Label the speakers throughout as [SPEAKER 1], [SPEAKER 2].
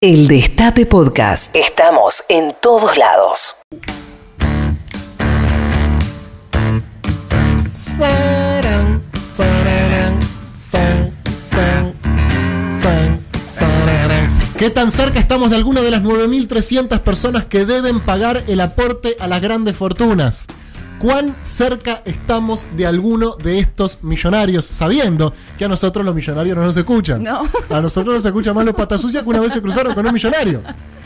[SPEAKER 1] El Destape Podcast.
[SPEAKER 2] Eh,
[SPEAKER 1] Estamos en todos lados.
[SPEAKER 3] Sarán, sararán, san, san, san, sararán. ¿Qué tan cerca estamos de alguna de las 9.300 personas que deben pagar el aporte a las grandes fortunas? ¿Cuán cerca estamos de alguno de estos millonarios? Sabiendo que a nosotros los millonarios no nos escuchan.
[SPEAKER 4] No.
[SPEAKER 3] A nosotros nos escuchan más los patas sucias que una vez se cruzaron con un millonario.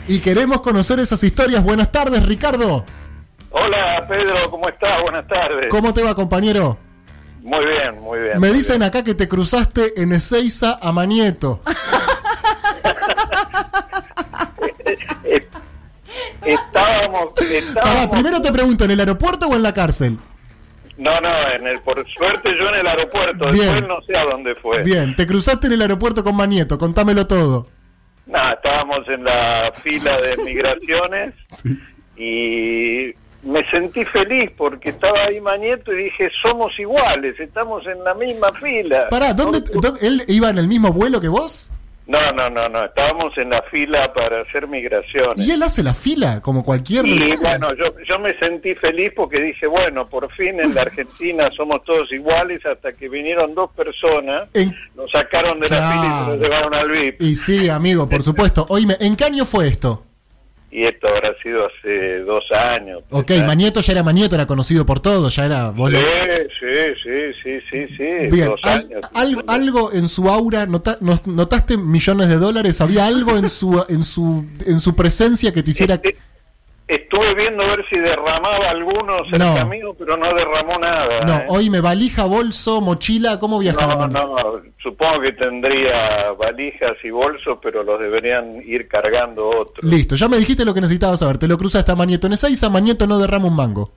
[SPEAKER 3] Y queremos conocer esas historias. Buenas tardes, Ricardo.
[SPEAKER 5] Hola Pedro, ¿cómo estás? Buenas tardes.
[SPEAKER 3] ¿Cómo te va, compañero?
[SPEAKER 5] Muy bien, muy bien.
[SPEAKER 3] Me
[SPEAKER 5] muy
[SPEAKER 3] dicen acá que te cruzaste en Ezeiza a Manieto.
[SPEAKER 5] bien. Eh, Estábamos, estábamos.
[SPEAKER 3] Pará, primero te pregunto, ¿en el aeropuerto o en la cárcel?
[SPEAKER 5] No, no, en el, por suerte yo en el aeropuerto, después
[SPEAKER 3] Bien.
[SPEAKER 5] no sé a dónde fue.
[SPEAKER 3] Bien, te cruzaste en el aeropuerto con Manieto, contámelo todo.
[SPEAKER 5] Nada, estábamos en la fila de migraciones y me sentí feliz porque estaba ahí Mañeto y dije, somos iguales, estamos en la misma fila.
[SPEAKER 3] Pará, ¿dónde, dónde- él iba en el mismo vuelo que vos?
[SPEAKER 5] No, no, no, no, estábamos en la fila para hacer migraciones.
[SPEAKER 3] Y él hace la fila, como cualquier...
[SPEAKER 5] Y bueno, yo, yo me sentí feliz porque dije, bueno, por fin en la Argentina somos todos iguales hasta que vinieron dos personas,
[SPEAKER 3] En-
[SPEAKER 5] nos sacaron de la fila y se
[SPEAKER 3] Claro.
[SPEAKER 5] nos llevaron al VIP.
[SPEAKER 3] Y sí, amigo, por supuesto. Oíme, ¿en qué año fue esto?
[SPEAKER 5] Y esto habrá sido hace dos años. tres
[SPEAKER 3] Ok,
[SPEAKER 5] años.
[SPEAKER 3] Manieto ya era Manieto, era conocido por todo, ya era... vos lo-
[SPEAKER 5] Sí, sí, sí, sí, sí, sí,
[SPEAKER 3] Bien,
[SPEAKER 5] dos
[SPEAKER 3] al-
[SPEAKER 5] años.
[SPEAKER 3] al- algo en su aura, nota- nos- ¿notaste millones de dólares? ¿Había algo en su, en su, en su presencia que te hiciera...
[SPEAKER 5] Este, Estuve viendo a ver si derramaba alguno cerca
[SPEAKER 3] No.
[SPEAKER 5] mío, pero no derramó nada.
[SPEAKER 3] No,
[SPEAKER 5] ¿eh?
[SPEAKER 3] hoy me valija, bolso, mochila, ¿cómo viajaba?
[SPEAKER 5] No,
[SPEAKER 3] Manu?
[SPEAKER 5] no, supongo que tendría valijas y bolsos, pero los deberían ir cargando otros.
[SPEAKER 3] Listo, ya me dijiste lo que necesitabas saber. Te lo cruza hasta Manieto. En Ezeiza, Manieto no derrama un mango.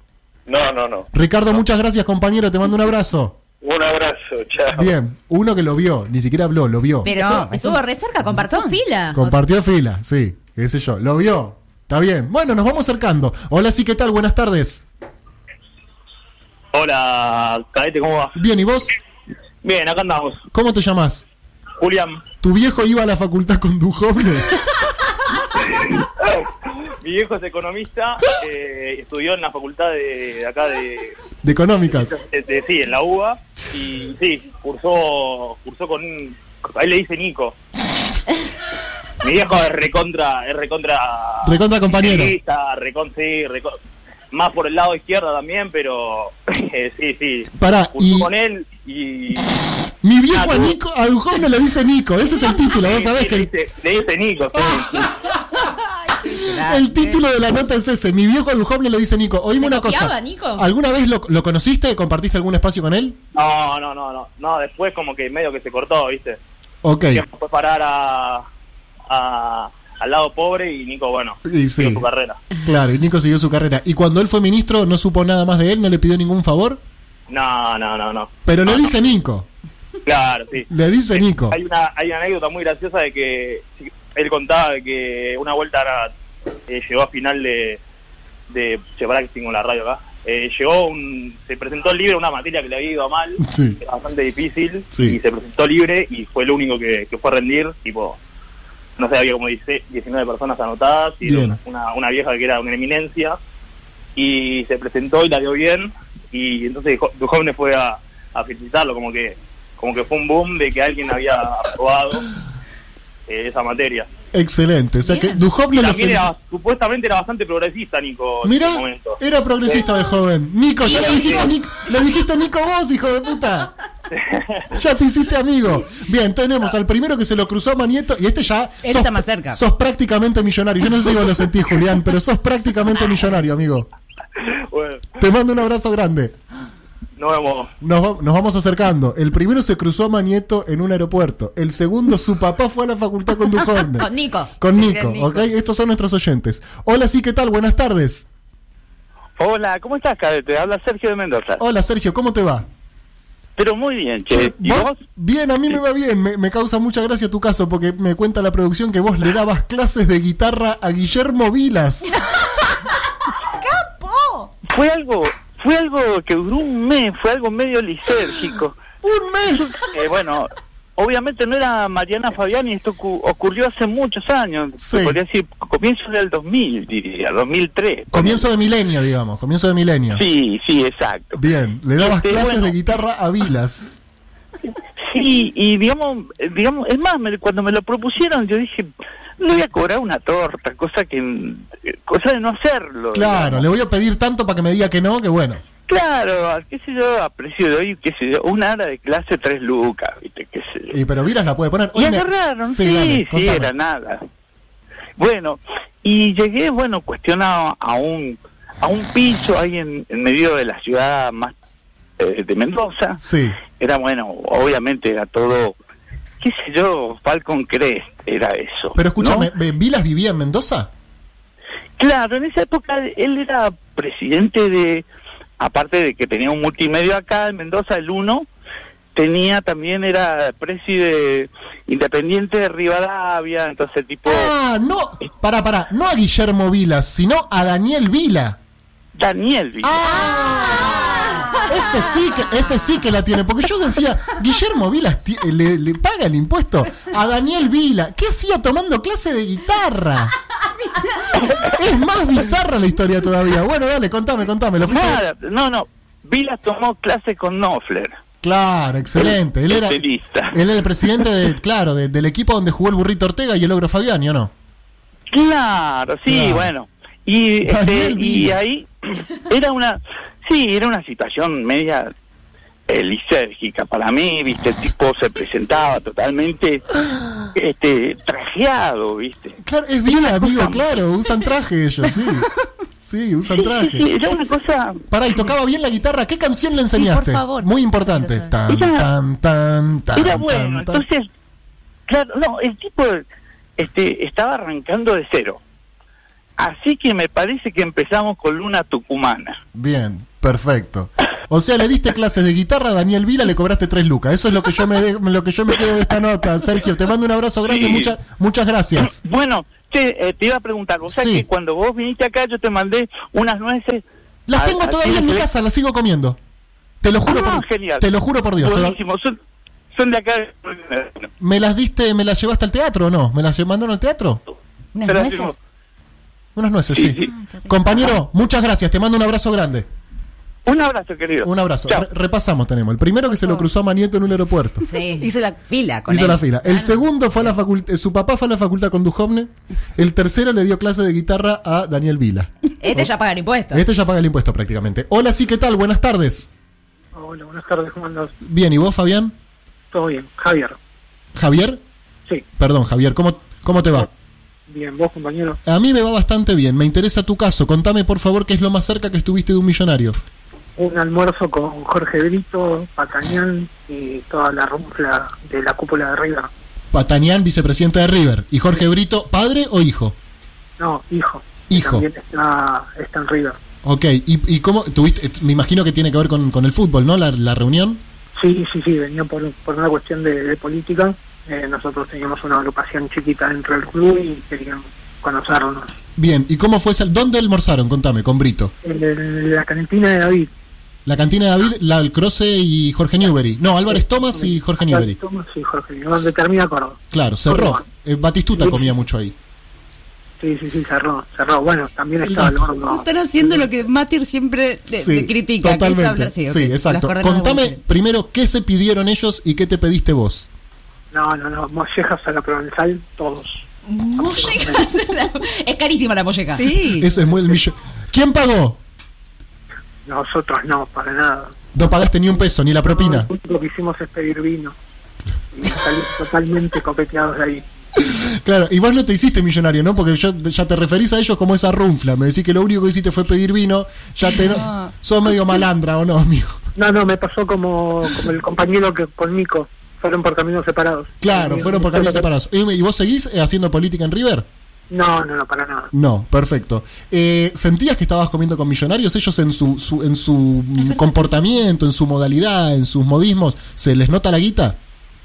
[SPEAKER 5] No, no, no.
[SPEAKER 3] Ricardo, muchas gracias, compañero. Te mando un abrazo.
[SPEAKER 5] Un abrazo, chao.
[SPEAKER 3] Bien, uno que lo vio, ni siquiera habló, lo vio.
[SPEAKER 2] Pero
[SPEAKER 4] No,
[SPEAKER 2] estuvo,
[SPEAKER 4] es un-
[SPEAKER 2] estuvo re cerca, compartió fila.
[SPEAKER 3] Compartió fila, sí, qué sé yo, lo vio. Está bien. Bueno, nos vamos acercando. Hola, sí, ¿qué tal? Buenas tardes.
[SPEAKER 6] Hola, cadete, ¿cómo va?
[SPEAKER 3] Bien, ¿y vos?
[SPEAKER 6] Bien, acá andamos.
[SPEAKER 3] ¿Cómo te llamás?
[SPEAKER 6] Julián,
[SPEAKER 3] ¿Tu viejo iba a la facultad con Duhovne?
[SPEAKER 6] mi viejo es economista, eh, estudió en la facultad de, de acá de,
[SPEAKER 3] De económicas.
[SPEAKER 6] de- de- Sí, en la UBA, y sí, cursó, cursó con... un- Ahí le dice Nico. Mi viejo es recontra... Es recontra...
[SPEAKER 3] Recontra compañero.
[SPEAKER 6] izquierdista, recon- sí, recon- más por el lado izquierdo también, pero eh, sí, sí.
[SPEAKER 3] Pará,
[SPEAKER 6] Cursó
[SPEAKER 3] Ah, y-
[SPEAKER 6] con él y...
[SPEAKER 3] Mi viejo a
[SPEAKER 6] Ah,
[SPEAKER 3] Nico, a Duhovne le dice Nico. Ese es el título, vos
[SPEAKER 6] sí,
[SPEAKER 3] sabés
[SPEAKER 6] sí,
[SPEAKER 3] que
[SPEAKER 6] le,
[SPEAKER 3] el,
[SPEAKER 6] dice, le dice Nico, sí.
[SPEAKER 3] el título de la nota es ese. Mi viejo a Duhovne le dice Nico. Oíme
[SPEAKER 2] ¿Se
[SPEAKER 3] una cosa.
[SPEAKER 2] copiaba, Nico?
[SPEAKER 3] ¿Alguna vez lo, lo conociste? ¿Compartiste algún espacio con él?
[SPEAKER 6] No, no, no, no, no, después como que medio que se cortó, ¿viste?
[SPEAKER 3] Ok.
[SPEAKER 6] Que fue parar a, a- al lado pobre y Nico, bueno,
[SPEAKER 3] Y sí.
[SPEAKER 6] siguió su carrera.
[SPEAKER 3] Claro, y Nico siguió su carrera. Y cuando él fue ministro, no supo nada más de él, no le pidió ningún favor.
[SPEAKER 6] No, no, no, no.
[SPEAKER 3] Pero le dice Nico.
[SPEAKER 6] Claro, sí.
[SPEAKER 3] Le dice Nico.
[SPEAKER 6] Hay una, hay una anécdota muy graciosa de que sí, él contaba de que una vuelta era- eh, llegó a final de... de che, pará que tengo la radio acá. Eh, llegó un... Se presentó libre una materia que le había ido mal,
[SPEAKER 3] Sí.
[SPEAKER 6] era bastante difícil,
[SPEAKER 3] Sí.
[SPEAKER 6] y se presentó libre y fue el único que, que fue a rendir, tipo... No sé, había como 16, 19 personas anotadas y era
[SPEAKER 3] Bien.
[SPEAKER 6] una- una, una vieja que era una eminencia y se presentó y la dio bien y entonces jo- Duhovne fue a, a felicitarlo, como que como que fue un boom de que alguien había robado eh, esa materia.
[SPEAKER 3] Excelente. O sea que Duhovne lo
[SPEAKER 6] También
[SPEAKER 3] felicita.
[SPEAKER 6] era- supuestamente era bastante progresista Nico en
[SPEAKER 3] Mirá,
[SPEAKER 6] ese momento.
[SPEAKER 3] era progresista de joven. Nico, ya
[SPEAKER 6] Sí,
[SPEAKER 3] le dijiste,
[SPEAKER 6] sí.
[SPEAKER 3] Nico, le dijiste Nico vos, hijo de puta. Ya te hiciste amigo. Bien, tenemos al primero que se lo cruzó a Manieto y este ya.
[SPEAKER 4] Él está más cerca.
[SPEAKER 3] Sos prácticamente millonario. Yo no sé si vos lo sentís, Julián, pero sos prácticamente millonario, amigo.
[SPEAKER 6] Bueno,
[SPEAKER 3] Te mando un abrazo grande.
[SPEAKER 6] nos vemos.
[SPEAKER 3] Nos, va- nos vamos acercando. El primero se cruzó a Manieto en un aeropuerto. El segundo, su papá fue a la facultad con Duhovne.
[SPEAKER 2] Con Nico.
[SPEAKER 3] Con Nico, ¿ok? Estos son nuestros oyentes. Hola, sí, ¿qué tal? Buenas tardes.
[SPEAKER 7] Hola, ¿cómo estás, cadete? Habla Sergio de Mendoza.
[SPEAKER 3] Hola, Sergio, ¿cómo te va?
[SPEAKER 7] Pero muy bien, che. ¿Y
[SPEAKER 3] Pues, ¿Vos?
[SPEAKER 7] vos?
[SPEAKER 3] Bien, a mí me va bien. Me, me causa mucha gracia tu caso porque me cuenta la producción que vos le dabas clases de guitarra a Guillermo Vilas.
[SPEAKER 7] Fue algo, fue algo que duró un mes, fue algo medio lisérgico.
[SPEAKER 3] ¡Un mes!
[SPEAKER 7] Eh, bueno, obviamente no era Mariana Fabiani, esto ocu- ocurrió hace muchos años,
[SPEAKER 3] Sí.
[SPEAKER 7] se podría decir, comienzo del 2000, diría, 2003.
[SPEAKER 3] Comienzo de milenio, digamos, comienzo de milenio.
[SPEAKER 7] Sí, sí, exacto.
[SPEAKER 3] Bien, le dabas
[SPEAKER 7] Este,
[SPEAKER 3] clases de
[SPEAKER 7] bueno.
[SPEAKER 3] guitarra a Vilas.
[SPEAKER 7] Sí, y digamos, eh, digamos es más, me- cuando me lo propusieron, yo dije, le voy a cobrar una torta, cosa que eh, cosa de no hacerlo.
[SPEAKER 3] Claro,
[SPEAKER 7] digamos.
[SPEAKER 3] le voy a pedir tanto para que me diga que no, que bueno.
[SPEAKER 7] Claro, qué sé yo, a precio de hoy, qué sé yo, una hora de clase, tres lucas, viste, qué sé yo.
[SPEAKER 3] Y, pero Vilas la puede poner.
[SPEAKER 7] Y
[SPEAKER 3] Hoy me-
[SPEAKER 7] agarraron, sí,
[SPEAKER 3] dale,
[SPEAKER 7] sí,
[SPEAKER 3] contame.
[SPEAKER 7] era nada. Bueno, y llegué, bueno, cuestionado a un a un piso ahí en, en medio de la ciudad más eh, de Mendoza.
[SPEAKER 3] Sí,
[SPEAKER 7] Era bueno, obviamente era todo, qué sé yo, Falcon Crest era eso.
[SPEAKER 3] pero
[SPEAKER 7] ¿no?
[SPEAKER 3] escúchame, ¿Ve- ¿Vilas vivía en Mendoza?
[SPEAKER 7] Claro, en esa época él era presidente de, aparte de que tenía un multimedio acá en Mendoza, el 1, tenía también, era presidente independiente de Rivadavia, entonces el tipo
[SPEAKER 3] Ah, no, pará, pará, no a Guillermo Vilas, sino a Daniel Vila. Ah,
[SPEAKER 7] Daniel, ¿viste?
[SPEAKER 3] Ese sí que, ese sí que la tiene, porque yo decía, Guillermo Vilas ti- le, le paga el impuesto a Daniel Vila. ¿Qué hacía tomando clase de guitarra? Es más bizarra la historia todavía. Bueno, dale, contame, contame. Lo fuiste-
[SPEAKER 7] Nada, no, no, Vilas tomó clase con Knopfler.
[SPEAKER 3] Claro, excelente. Él era, él
[SPEAKER 7] Especialista.
[SPEAKER 3] era el presidente, de, claro, de- del equipo donde jugó el burrito Ortega y el ogro Fabiani, ¿o no?
[SPEAKER 7] Claro, sí,
[SPEAKER 3] Claro.
[SPEAKER 7] bueno. Y,
[SPEAKER 3] Daniel
[SPEAKER 7] este, y
[SPEAKER 3] Vila.
[SPEAKER 7] ahí era una, sí, era una situación media eh, lisérgica para mí, viste, el tipo se presentaba totalmente este trajeado, viste.
[SPEAKER 3] Claro, es Vila, amigo, claro, usan traje ellos, sí. Sí, usan
[SPEAKER 7] Sí, sí, sí,
[SPEAKER 3] traje.
[SPEAKER 7] era una cosa,
[SPEAKER 3] Pará, y tocaba bien la guitarra. ¿Qué canción le enseñaste?
[SPEAKER 2] por favor.
[SPEAKER 3] Muy importante. Tan,
[SPEAKER 7] Era-
[SPEAKER 3] tan, tan, tan.
[SPEAKER 7] era
[SPEAKER 3] tan,
[SPEAKER 7] bueno,
[SPEAKER 3] tan.
[SPEAKER 7] entonces, claro, no, el tipo este estaba arrancando de cero. Así que me parece que empezamos con Luna Tucumana.
[SPEAKER 3] Bien, perfecto. O sea, le diste clases de guitarra a Daniel Vila, le cobraste tres lucas. Eso es lo que yo me, de- lo que yo me quedo de esta nota, Sergio. Te mando un abrazo grande,
[SPEAKER 7] Sí.
[SPEAKER 3] muchas, muchas gracias.
[SPEAKER 7] Bueno, che, eh, te iba a preguntar, o sea
[SPEAKER 3] Sí.
[SPEAKER 7] que cuando vos viniste acá yo te mandé unas nueces.
[SPEAKER 3] Las
[SPEAKER 7] a-
[SPEAKER 3] tengo
[SPEAKER 7] a-
[SPEAKER 3] todavía en mi casa, las sigo comiendo. Te lo juro,
[SPEAKER 7] Ah,
[SPEAKER 3] por,
[SPEAKER 7] genial.
[SPEAKER 3] Te lo juro por Dios. te lo-
[SPEAKER 7] Buenísimo, son, son de acá.
[SPEAKER 3] ¿Me las diste, me las llevaste al teatro o no? ¿Me las lle- mandaron al teatro?
[SPEAKER 2] Unas
[SPEAKER 7] Pero
[SPEAKER 2] nueces.
[SPEAKER 7] hacemos-
[SPEAKER 3] Unas nueces, sí.
[SPEAKER 7] Sí, sí.
[SPEAKER 3] Compañero, muchas gracias. Te mando un abrazo grande.
[SPEAKER 7] Un abrazo, querido.
[SPEAKER 3] Un abrazo.
[SPEAKER 7] Chao.
[SPEAKER 3] Re- repasamos, tenemos. El primero que se lo cruzó a Manieto en un aeropuerto.
[SPEAKER 2] Sí. Hizo la fila con
[SPEAKER 3] Hizo
[SPEAKER 2] él. Ah,
[SPEAKER 3] la fila. El
[SPEAKER 2] Claro.
[SPEAKER 3] segundo fue a la facultad. Su papá fue a la facultad con Duhovne. El tercero le dio clase de guitarra a Daniel Vila.
[SPEAKER 2] Este ya paga el impuesto.
[SPEAKER 3] Este ya paga el impuesto prácticamente. Hola, sí, ¿qué tal? Buenas tardes.
[SPEAKER 4] Hola, buenas tardes, ¿cómo andás?
[SPEAKER 3] Bien, ¿y vos, Fabián?
[SPEAKER 4] ¿Todo bien? Javier.
[SPEAKER 3] ¿Javier?
[SPEAKER 4] Sí,
[SPEAKER 3] Perdón, Javier, ¿cómo, cómo te va?
[SPEAKER 4] bien, vos, compañero.
[SPEAKER 3] A mí me va bastante bien. Me interesa tu caso. Contame, por favor, qué es lo más cerca que estuviste de un millonario.
[SPEAKER 4] Un almuerzo con Jorge Brito, Patañán y toda la rumfla de la cúpula de River.
[SPEAKER 3] Patanián, vicepresidente de River. ¿Y Jorge Brito, padre o hijo?
[SPEAKER 4] No, hijo.
[SPEAKER 3] Hijo.
[SPEAKER 4] Que También está, está en River.
[SPEAKER 3] Ok, ¿y, y cómo tuviste? eh, Me imagino que tiene que ver con, con el fútbol, ¿no? La, la reunión.
[SPEAKER 4] Sí, sí, sí, venía por, por una cuestión de, de política. Eh, nosotros teníamos una agrupación chiquita dentro del club y querían conocernos.
[SPEAKER 3] Bien, ¿y cómo fue? esa- ¿Dónde almorzaron? Contame, con Brito.
[SPEAKER 4] En el- la cantina de David.
[SPEAKER 3] La cantina de David, la del Croce y Jorge Newbery. No, Álvarez Thomas y Jorge Newbery.
[SPEAKER 4] Tomás y Jorge Newbery, donde termina Córdoba.
[SPEAKER 3] Claro, cerró. Eh, Batistuta
[SPEAKER 4] Sí.
[SPEAKER 3] comía mucho ahí.
[SPEAKER 4] Sí, sí, sí, cerró, cerró. Bueno, también estaba el gordo.
[SPEAKER 8] Están haciendo lo que Matir siempre te, te critica. que es hablar-
[SPEAKER 3] totalmente.
[SPEAKER 8] ok,
[SPEAKER 3] Sí,
[SPEAKER 8] las
[SPEAKER 3] exacto.
[SPEAKER 8] coordenadas
[SPEAKER 3] Contame
[SPEAKER 8] buenas.
[SPEAKER 3] primero qué se pidieron ellos y qué te pediste vos.
[SPEAKER 4] No, no, no, mollejas a la provenzal, todos.
[SPEAKER 8] es carísima la molleja.
[SPEAKER 2] Sí.
[SPEAKER 3] Eso es muy el millón. ¿Quién pagó?
[SPEAKER 4] Nosotros no, para nada.
[SPEAKER 3] No pagaste ni un peso, ni la propina.
[SPEAKER 4] Lo único que hicimos es pedir vino. Y salimos totalmente copeteados de ahí.
[SPEAKER 3] Claro, y vos no te hiciste millonario, ¿no? Porque yo, ya te referís a ellos como esa runfla. Me decís que lo único que hiciste fue pedir vino. Ya te. Sos medio malandra, ¿o no, amigo?
[SPEAKER 4] No, no, me pasó como, como el compañero que con Nico. Fueron por caminos separados.
[SPEAKER 3] Claro,
[SPEAKER 4] Y-
[SPEAKER 3] fueron por caminos separados. ¿Y y vos seguís eh, haciendo política en River?
[SPEAKER 4] No, no, no, para nada.
[SPEAKER 3] No, perfecto. Eh, ¿Sentías que estabas comiendo con millonarios? ¿Ellos en su, su- en su mm, comportamiento, en su modalidad, en sus modismos, se les nota la guita?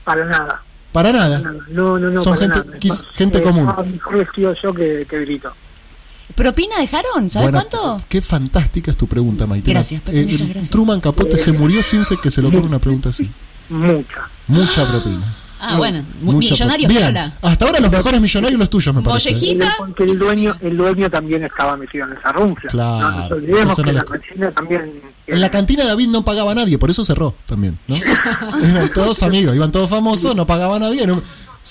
[SPEAKER 4] Para nada.
[SPEAKER 3] Para
[SPEAKER 4] para
[SPEAKER 3] nada.
[SPEAKER 4] nada. No, no, no.
[SPEAKER 3] Son
[SPEAKER 4] para
[SPEAKER 3] gente-
[SPEAKER 4] nada.
[SPEAKER 3] quis-
[SPEAKER 4] Es más,
[SPEAKER 3] gente
[SPEAKER 4] eh,
[SPEAKER 3] común.
[SPEAKER 4] no, mejor vestido yo que, que grito.
[SPEAKER 2] Eh,
[SPEAKER 8] ¿Propina dejaron? ¿Sabes
[SPEAKER 3] Buena-
[SPEAKER 8] cuánto?
[SPEAKER 3] Qué fantástica es tu pregunta, Maite. Eh,
[SPEAKER 8] Gracias, Pepe, muchas gracias.
[SPEAKER 3] Truman Capote se murió sin se- que se le ocurra una pregunta así.
[SPEAKER 4] Mucha.
[SPEAKER 3] Mucha propina.
[SPEAKER 8] Ah, bueno,
[SPEAKER 3] Mucho
[SPEAKER 2] pues.
[SPEAKER 8] millonario
[SPEAKER 3] pro- Bien.
[SPEAKER 2] Ah,
[SPEAKER 8] sola.
[SPEAKER 3] Hasta ahora los mejores millonarios los tuyos, me parece. ¿eh?
[SPEAKER 8] Bollejito.
[SPEAKER 4] El- Porque el dueño, el dueño también estaba metido en esa runcia.
[SPEAKER 3] Claro,
[SPEAKER 4] No nos olvidemos
[SPEAKER 3] eso no
[SPEAKER 4] que
[SPEAKER 3] lo
[SPEAKER 4] la
[SPEAKER 3] escu-
[SPEAKER 4] cocina también...
[SPEAKER 3] En la cantina David no pagaba nadie, por eso cerró también, ¿no? Eran todos amigos, iban todos famosos, no pagaba nadie. no-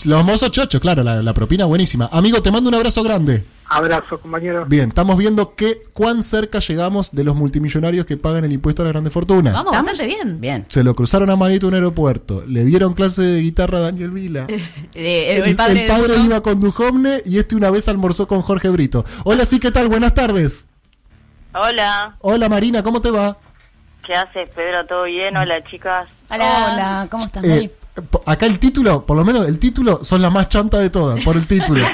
[SPEAKER 3] Los mozos chochos, claro, la, la propina buenísima. Amigo, te mando un abrazo grande.
[SPEAKER 4] Abrazo, compañero.
[SPEAKER 3] Bien, estamos viendo que, cuán cerca llegamos de los multimillonarios que pagan el impuesto a la grande fortuna.
[SPEAKER 2] Vamos, bastante bien.
[SPEAKER 9] Bien.
[SPEAKER 3] Se lo cruzaron a Manito en un aeropuerto, le dieron clase de guitarra a Daniel Vila.
[SPEAKER 2] Eh, el, el padre, de-
[SPEAKER 3] iba con Duhovne y este una vez almorzó con Jorge Brito. Hola, sí, ¿qué tal? Buenas tardes.
[SPEAKER 10] Hola,
[SPEAKER 3] Hola Marina, ¿cómo te va?
[SPEAKER 10] ¿qué haces, Pedro? ¿Todo bien? Hola, chicas.
[SPEAKER 9] Hola, ¿cómo estás? Mari?
[SPEAKER 3] Eh, po- acá el título, por lo menos el título, son las más chanta de todas, por el título.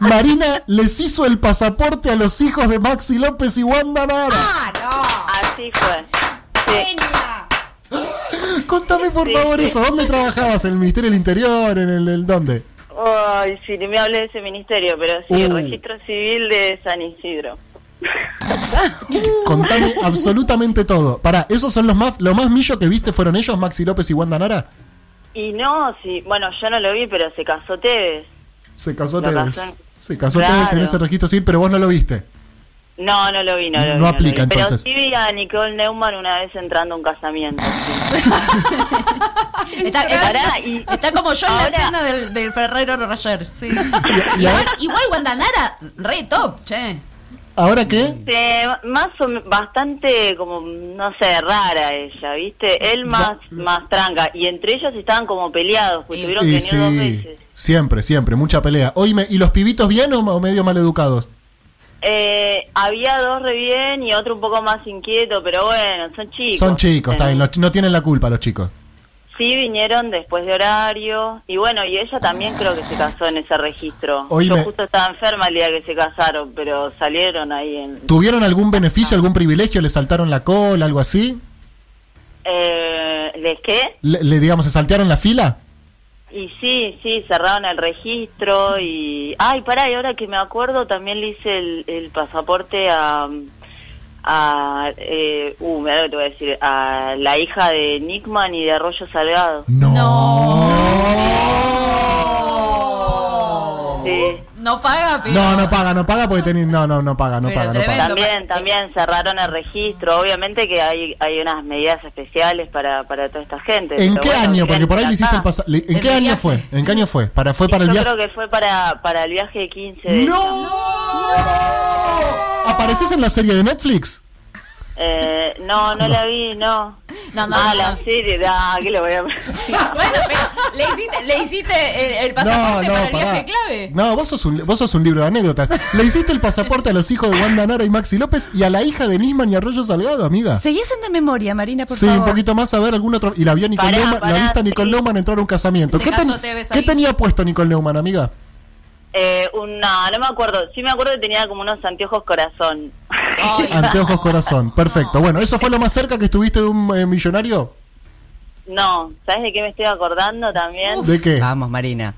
[SPEAKER 3] Marina les hizo el pasaporte a los hijos de Maxi López y Wanda Nara.
[SPEAKER 2] Ah,
[SPEAKER 10] Ah, Así fue. Sí.
[SPEAKER 3] Contame por
[SPEAKER 10] Sí,
[SPEAKER 3] favor
[SPEAKER 10] sí.
[SPEAKER 3] eso, ¿dónde trabajabas? ¿En el Ministerio del Interior? ¿En el, el dónde?
[SPEAKER 10] Ay, sí, ni me hablé de ese ministerio, pero sí,
[SPEAKER 3] Uh.
[SPEAKER 10] registro civil de San Isidro.
[SPEAKER 3] Contame absolutamente todo. Pará, ¿esos son los más, lo más millo que viste fueron ellos, Maxi López y Wanda Nara?
[SPEAKER 10] Y no, sí, bueno, yo no lo vi, pero se casó Tevez.
[SPEAKER 3] Se casó
[SPEAKER 10] Lo
[SPEAKER 3] Tevez.
[SPEAKER 10] casó.
[SPEAKER 3] Se casó
[SPEAKER 10] Claro.
[SPEAKER 3] Tevez en ese registro civil, pero vos no lo viste.
[SPEAKER 10] No, no lo vi, no lo vi.
[SPEAKER 3] No
[SPEAKER 10] lo
[SPEAKER 3] aplica,
[SPEAKER 10] vi.
[SPEAKER 3] entonces.
[SPEAKER 10] Pero sí vi a Nicole Neumann una vez entrando a un casamiento.
[SPEAKER 2] Está, está-
[SPEAKER 10] Pará, y-
[SPEAKER 2] está como yo en la
[SPEAKER 10] Ahora-
[SPEAKER 2] escena del, del Ferrero Roger. Sí. igual, igual Guandanara, re top, che.
[SPEAKER 3] ¿Ahora qué?
[SPEAKER 10] Eh, más o me- bastante como no sé rara ella viste él más más tranca y entre ellos estaban como peleados pues tuvieron que
[SPEAKER 3] Y
[SPEAKER 10] venir dos
[SPEAKER 3] sí,
[SPEAKER 10] veces
[SPEAKER 3] siempre, siempre, mucha pelea. Oíme, ¿y los pibitos bien o, ma- o medio maleducados?
[SPEAKER 10] Eh, había dos re bien y otro un poco más inquieto, pero bueno, son chicos.
[SPEAKER 3] Son chicos, está
[SPEAKER 10] Eh,
[SPEAKER 3] bien, los chi- no tienen la culpa los chicos.
[SPEAKER 10] Sí, vinieron después de horario. Y bueno, y ella también creo que se casó en ese registro.
[SPEAKER 3] Oíme.
[SPEAKER 10] Yo justo estaba enferma el día que se casaron, pero salieron ahí en...
[SPEAKER 3] ¿Tuvieron algún beneficio, algún privilegio? ¿Le saltaron la cola, algo así?
[SPEAKER 10] Eh, ¿Les qué?
[SPEAKER 3] ¿Le, le, digamos, se saltearon la fila?
[SPEAKER 10] Y sí, sí, cerraron el registro y... Ay, pará, y ahora que me acuerdo también le hice el, el pasaporte a... a eh, uh, me da lo que te voy a decir. A la hija de Nickman y de Arroyo Salgado.
[SPEAKER 3] No.
[SPEAKER 10] Sí.
[SPEAKER 2] No paga, pero.
[SPEAKER 3] No, no paga, no paga porque tenés... No, no, no paga, no
[SPEAKER 2] Pero
[SPEAKER 3] paga, no paga.
[SPEAKER 2] tremendo.
[SPEAKER 10] También, también cerraron el registro. Obviamente que hay, hay unas medidas especiales para, para toda esta gente.
[SPEAKER 3] ¿En
[SPEAKER 10] Este, pero
[SPEAKER 3] qué
[SPEAKER 10] bueno,
[SPEAKER 3] año?
[SPEAKER 10] vienen
[SPEAKER 3] Porque por ahí
[SPEAKER 10] para
[SPEAKER 3] le hiciste el
[SPEAKER 10] acá.
[SPEAKER 3] pasa- le- ¿En
[SPEAKER 2] El
[SPEAKER 3] qué año
[SPEAKER 2] viaje.
[SPEAKER 3] fue? ¿En qué año fue? ¿Para, fue para el
[SPEAKER 10] Yo
[SPEAKER 3] viaje?
[SPEAKER 10] creo que fue para, para el viaje de 15. de-
[SPEAKER 3] ¡No! ¿Apareces en la serie de Netflix?
[SPEAKER 10] Eh, no, no la vi, no.
[SPEAKER 2] No, no,
[SPEAKER 10] ah,
[SPEAKER 2] no.
[SPEAKER 10] la serie, ah, que le voy a...
[SPEAKER 2] Bueno, pero le hiciste, le hiciste el, el pasaporte para el
[SPEAKER 3] pará.
[SPEAKER 2] viaje clave.
[SPEAKER 3] No, vos sos, un, vos sos un libro de anécdotas. Le hiciste el pasaporte a los hijos de Wanda Nara y Maxi López y a la hija de Nisman y Arroyo Salgado, amiga.
[SPEAKER 9] Seguí haciendo memoria, Marina, por
[SPEAKER 3] Sí,
[SPEAKER 9] favor.
[SPEAKER 3] un poquito más a ver algún otro. Y la vio Nicole
[SPEAKER 10] Pará,
[SPEAKER 3] Neumann, la
[SPEAKER 10] pará,
[SPEAKER 3] viste a Nicole
[SPEAKER 10] sí.
[SPEAKER 3] Neumann entrar a un casamiento.
[SPEAKER 2] Se
[SPEAKER 3] ¿Qué,
[SPEAKER 2] casó, te ves
[SPEAKER 3] ¿Qué
[SPEAKER 2] ahí.
[SPEAKER 3] tenía puesto Nicole Neumann, amiga?
[SPEAKER 10] Eh, un- no, no me acuerdo. Sí me acuerdo que tenía como unos anteojos corazón.
[SPEAKER 2] Ay,
[SPEAKER 3] Anteojos corazón. Perfecto. Bueno, ¿eso fue lo más cerca que estuviste de un eh, millonario?
[SPEAKER 10] No, ¿sabes de qué me estoy acordando también?
[SPEAKER 3] ¿De qué?
[SPEAKER 9] Vamos, Marina.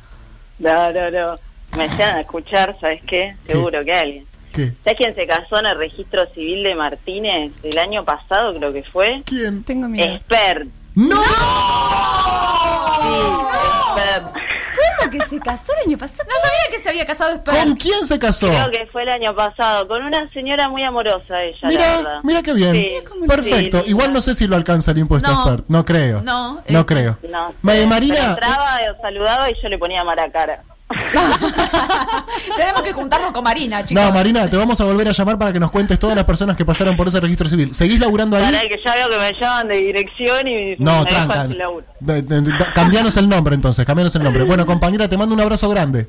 [SPEAKER 10] No, no, no. Me llegan a escuchar, ¿sabes qué?
[SPEAKER 3] ¿Qué?
[SPEAKER 10] Seguro que alguien.
[SPEAKER 3] ¿Qué?
[SPEAKER 10] ¿Sabes quién se casó en el registro civil de Martínez el año pasado, creo que fue?
[SPEAKER 3] ¿Quién?
[SPEAKER 9] Tengo miedo.
[SPEAKER 2] Eh.
[SPEAKER 10] Expert.
[SPEAKER 3] ¡No!
[SPEAKER 10] Sí, Expert.
[SPEAKER 3] Eh,
[SPEAKER 9] ¿Cómo que se casó el año pasado?
[SPEAKER 2] No sabía que se había casado Spert.
[SPEAKER 3] ¿Con quién se casó?
[SPEAKER 10] Creo que fue el año pasado, con una señora muy amorosa ella, la
[SPEAKER 3] Mira,
[SPEAKER 10] verdad.
[SPEAKER 3] mira qué bien.
[SPEAKER 10] Sí. Mira cómo lo-
[SPEAKER 3] Perfecto.
[SPEAKER 10] Sí,
[SPEAKER 3] Igual
[SPEAKER 10] linda.
[SPEAKER 3] no sé si lo alcanza el impuesto
[SPEAKER 2] No.
[SPEAKER 3] expert. No creo.
[SPEAKER 2] No,
[SPEAKER 3] no
[SPEAKER 10] este,
[SPEAKER 2] eh,
[SPEAKER 3] creo.
[SPEAKER 10] No sé,
[SPEAKER 3] Ma- eh,
[SPEAKER 10] pero
[SPEAKER 3] Marina,
[SPEAKER 10] entraba, eh, saludaba y yo le ponía mala cara.
[SPEAKER 2] Tenemos que juntarnos con Marina, chicos.
[SPEAKER 3] no, Marina, te vamos a volver a llamar para que nos cuentes todas las personas que pasaron por ese registro civil. ¿Seguís laburando ahí?
[SPEAKER 10] Para que ya veo que me llaman de dirección y
[SPEAKER 3] No,
[SPEAKER 10] me dejan
[SPEAKER 3] tranca.
[SPEAKER 10] sin laburo.
[SPEAKER 3] De- de- de- Cambianos el nombre entonces, cambianos el nombre. Bueno, compañera, te mando un abrazo grande.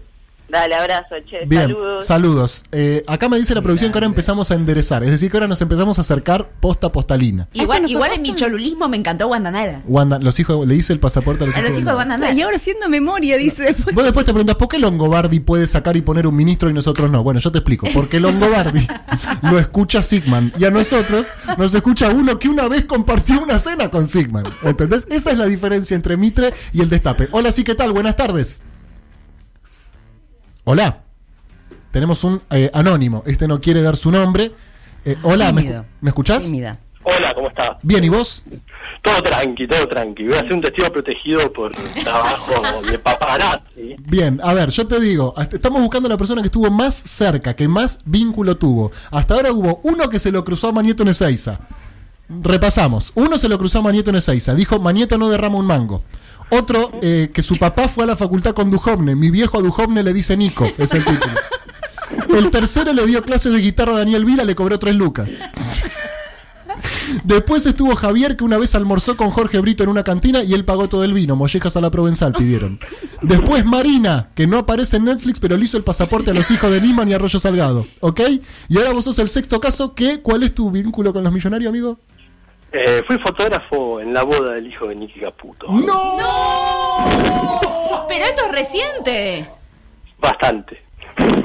[SPEAKER 10] Dale, abrazo, che.
[SPEAKER 3] Bien, saludos.
[SPEAKER 10] Saludos.
[SPEAKER 3] Eh, acá me dice la producción que ahora empezamos a enderezar, es decir, que ahora nos empezamos a acercar posta postalina.
[SPEAKER 2] Igual,
[SPEAKER 9] Esto no fue
[SPEAKER 2] igual en
[SPEAKER 9] posta.
[SPEAKER 2] mi cholulismo me encantó Guandanara.
[SPEAKER 3] Wanda, los hijos, le hice el pasaporte a los
[SPEAKER 2] A los
[SPEAKER 3] hijos de
[SPEAKER 2] hijos de
[SPEAKER 3] Wanda.
[SPEAKER 2] Guandanara.
[SPEAKER 9] Y ahora haciendo memoria, dice pues. después.
[SPEAKER 3] Vos después te preguntas, ¿por qué Longobardi puede sacar y poner un ministro y nosotros no? Bueno, yo te explico. Porque Longobardi lo escucha Sigman y a nosotros nos escucha uno que una vez compartió una cena con Sigman. ¿Entendés? Esa es la diferencia entre Mitre y el Destape. Hola, sí, ¿qué tal? Buenas tardes. Hola. Tenemos un eh, anónimo. Este no quiere dar su nombre. Eh, hola, ¿me, escu-
[SPEAKER 9] Tímido.
[SPEAKER 3] me escuchás?
[SPEAKER 9] Tímida.
[SPEAKER 11] Hola, ¿cómo estás?
[SPEAKER 3] Bien, ¿y vos?
[SPEAKER 11] Todo tranqui, todo tranqui. Voy a ser un testigo protegido por trabajo de paparazzi.
[SPEAKER 3] Bien, a ver, yo te digo, hasta- estamos buscando la persona que estuvo más cerca, que más vínculo tuvo. Hasta ahora hubo uno que se lo cruzó a Manieto en Ezeiza. Repasamos. Uno se lo cruzó a Manieto en Ezeiza. Dijo, Manieto no derrama un mango. Otro, eh, que su papá fue a la facultad con Dujovne. Mi viejo a Dujovne le dice Nico, es el título. El tercero le dio clases de guitarra a Daniel Vila, le cobró tres lucas. Después estuvo Javier, que una vez almorzó con Jorge Brito en una cantina y él pagó todo el vino. Mollejas a la provenzal pidieron. Después Marina, que no aparece en Netflix, pero le hizo el pasaporte a los hijos de Niman y Arroyo Salgado. ¿Ok? Y ahora vos sos el sexto caso que. ¿Cuál es tu vínculo con los millonarios, amigo?
[SPEAKER 11] Eh, fui fotógrafo en la boda del hijo de Nicky Caputo.
[SPEAKER 3] ¡No!
[SPEAKER 2] Pero esto es reciente.
[SPEAKER 11] Bastante.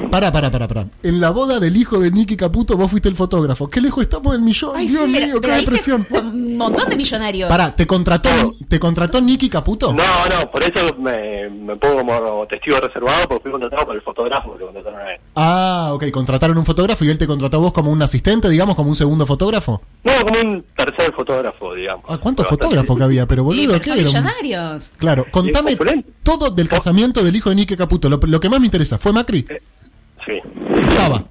[SPEAKER 3] Pará, pará, pará, pará. En la boda del hijo de Nicky Caputo, vos fuiste el fotógrafo. ¡Qué lejos estamos del millón!
[SPEAKER 2] Ay,
[SPEAKER 3] Dios
[SPEAKER 2] sí,
[SPEAKER 3] mío,
[SPEAKER 2] pero-
[SPEAKER 3] qué
[SPEAKER 2] pero ahí se-
[SPEAKER 3] depresión.
[SPEAKER 2] Un montón de millonarios.
[SPEAKER 3] Pará, ¿te contrató, ¿te contrató Nicky Caputo?
[SPEAKER 11] No, no, por eso me, me pongo como testigo reservado porque fui contratado por el fotógrafo que lo contrataron a él.
[SPEAKER 3] Ah, ok, contrataron un fotógrafo y él te contrató a vos como un asistente, digamos, como un segundo fotógrafo.
[SPEAKER 11] No, como un tercer fotógrafo, digamos.
[SPEAKER 3] Ah, ¿Cuántos fotógrafos que había? Pero
[SPEAKER 2] Y
[SPEAKER 3] boludo,
[SPEAKER 2] pero
[SPEAKER 3] ¿qué
[SPEAKER 2] son
[SPEAKER 3] era? un-
[SPEAKER 2] millonarios.
[SPEAKER 3] Claro, contame todo
[SPEAKER 11] Oh.
[SPEAKER 3] del casamiento del hijo de Nicky Caputo. Lo, lo que más me interesa, ¿fue Macri?
[SPEAKER 11] Eh. Sí,
[SPEAKER 3] Estaba.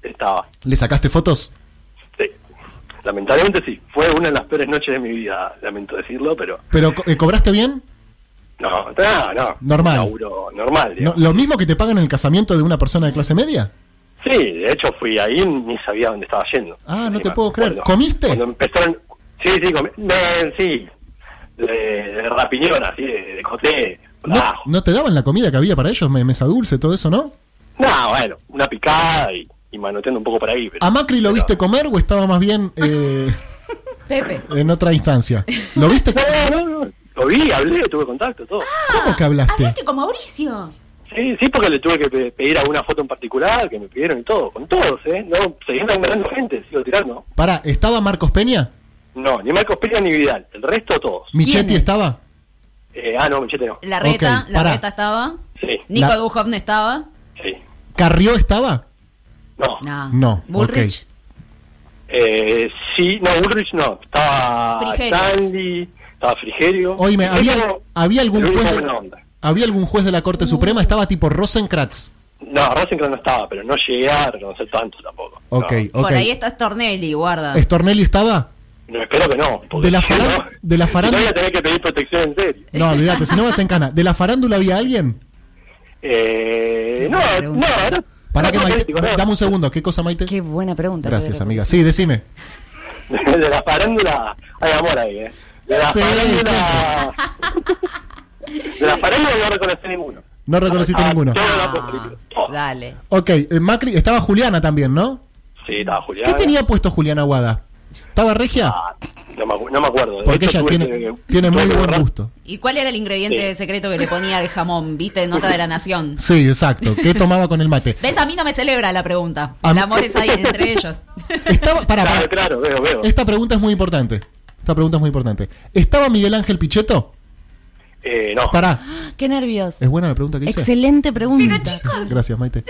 [SPEAKER 11] estaba.
[SPEAKER 3] ¿Le sacaste fotos?
[SPEAKER 11] Lamentablemente sí, fue una de las peores noches de mi vida, lamento decirlo, pero
[SPEAKER 3] ¿Pero co- eh, cobraste bien?
[SPEAKER 11] no, no, no.
[SPEAKER 3] Normal.
[SPEAKER 11] Laburo normal,
[SPEAKER 3] No,
[SPEAKER 11] digamos.
[SPEAKER 3] ¿Lo mismo que te pagan en el casamiento de una persona de clase media?
[SPEAKER 11] Sí, de hecho fui ahí y ni sabía dónde estaba yendo.
[SPEAKER 3] Ah, no
[SPEAKER 11] Encima,
[SPEAKER 3] te puedo creer.
[SPEAKER 11] cuando-
[SPEAKER 3] ¿Comiste?
[SPEAKER 11] Cuando empezaron... Sí, sí, comí... me- sí, de, de rapiñón, así, de, de coté.
[SPEAKER 3] ¿No, no te daban la comida que había para ellos? me- Mesa dulce, todo eso, ¿no?
[SPEAKER 11] No, bueno, una picada y, y manoteando un poco por ahí. Pero,
[SPEAKER 3] ¿A Macri lo viste comer o estaba más bien eh,
[SPEAKER 2] Pepe.
[SPEAKER 3] en otra instancia? ¿Lo viste?
[SPEAKER 11] No, no, no. Lo vi, hablé, tuve contacto, todo.
[SPEAKER 3] ¿Cómo que hablaste?
[SPEAKER 2] Hablaste con Mauricio.
[SPEAKER 11] Sí, sí, porque le tuve que pe- pedir alguna foto en particular, que me pidieron y todo, con todos, ¿eh? No, seguían aglomerando gente, sigo tirando.
[SPEAKER 3] Pará, ¿estaba Marcos Peña?
[SPEAKER 11] No, ni Marcos Peña ni Vidal, el resto todos.
[SPEAKER 3] ¿Michetti estaba?
[SPEAKER 11] Eh, ah, no, Michete no.
[SPEAKER 2] La reta,
[SPEAKER 3] Ok,
[SPEAKER 2] la
[SPEAKER 3] pará.
[SPEAKER 2] reta estaba.
[SPEAKER 11] Sí.
[SPEAKER 2] Nico
[SPEAKER 3] La-
[SPEAKER 2] Duhovne estaba.
[SPEAKER 3] ¿Carrió estaba?
[SPEAKER 11] No.
[SPEAKER 2] No.
[SPEAKER 3] No.
[SPEAKER 2] Ah, Bullrich.
[SPEAKER 3] ok.
[SPEAKER 11] Eh, sí, no, Ulrich no. Estaba
[SPEAKER 2] Frigerio.
[SPEAKER 11] Stanley, estaba Frigerio.
[SPEAKER 3] Oíme,
[SPEAKER 11] Frigerio
[SPEAKER 3] ¿había, ¿había, algún
[SPEAKER 11] el único
[SPEAKER 3] juez
[SPEAKER 11] buena
[SPEAKER 3] de,
[SPEAKER 11] onda.
[SPEAKER 3] ¿había algún juez de la
[SPEAKER 9] Mm.
[SPEAKER 3] Corte Suprema? Estaba tipo Rosenkratz.
[SPEAKER 11] No, Rosencrantz no estaba, pero no llegué a reconocer tanto tampoco.
[SPEAKER 3] Ok, ok.
[SPEAKER 2] Por ahí está Stornelli, guarda.
[SPEAKER 3] ¿Estornelli estaba?
[SPEAKER 11] No, espero que no. porque
[SPEAKER 3] ¿De la,
[SPEAKER 11] si
[SPEAKER 3] faran-
[SPEAKER 11] no-
[SPEAKER 3] de la
[SPEAKER 11] si no voy a
[SPEAKER 3] farándula?
[SPEAKER 11] tener que pedir protección en serio.
[SPEAKER 3] No, olvídate, si no vas en cana. ¿De la farándula había alguien?
[SPEAKER 11] Eh, no, no, no.
[SPEAKER 3] Para
[SPEAKER 11] no,
[SPEAKER 3] que
[SPEAKER 11] no,
[SPEAKER 3] Maite,
[SPEAKER 11] político, no.
[SPEAKER 3] dame un segundo, ¿qué cosa Maite?
[SPEAKER 9] Qué buena pregunta.
[SPEAKER 3] Gracias,
[SPEAKER 9] Pedro.
[SPEAKER 3] amiga. Sí, decime.
[SPEAKER 11] De la farándula hay amor ahí, ¿eh? De la
[SPEAKER 3] Sí,
[SPEAKER 11] farándula... De la farándula no reconocí ninguno.
[SPEAKER 3] No reconociste
[SPEAKER 11] Ah,
[SPEAKER 3] ninguno.
[SPEAKER 2] Ah, Dale.
[SPEAKER 3] Ok, eh, Macri, estaba Juliana también, ¿no?
[SPEAKER 11] Sí, estaba Julián.
[SPEAKER 3] ¿Qué tenía puesto Juliana Aguada? ¿Estaba regia?
[SPEAKER 11] No me, acu- no me acuerdo. De
[SPEAKER 3] Porque
[SPEAKER 11] Ah, hecho,
[SPEAKER 3] ella tiene,
[SPEAKER 11] tuve que-
[SPEAKER 3] tiene
[SPEAKER 11] tuve
[SPEAKER 3] muy
[SPEAKER 11] que
[SPEAKER 3] buen
[SPEAKER 11] borrar-
[SPEAKER 3] gusto.
[SPEAKER 2] ¿Y cuál era el ingrediente secreto que le ponía al jamón? ¿Viste? en Nota de la Nación.
[SPEAKER 3] Sí, exacto. ¿Qué tomaba con el mate?
[SPEAKER 2] ¿Ves? A mí no me celebra la pregunta.
[SPEAKER 3] A
[SPEAKER 2] El
[SPEAKER 3] mí-
[SPEAKER 2] amor es ahí entre ellos.
[SPEAKER 3] Estaba, para,
[SPEAKER 11] Claro, claro, veo, veo.
[SPEAKER 3] Esta pregunta es muy importante. Esta pregunta es muy importante. ¿Estaba Miguel Ángel Pichetto?
[SPEAKER 11] Eh, no.
[SPEAKER 3] Pará,
[SPEAKER 9] Qué nervios.
[SPEAKER 3] es buena la pregunta que hice.
[SPEAKER 9] Excelente pregunta.
[SPEAKER 3] Gracias, Maite.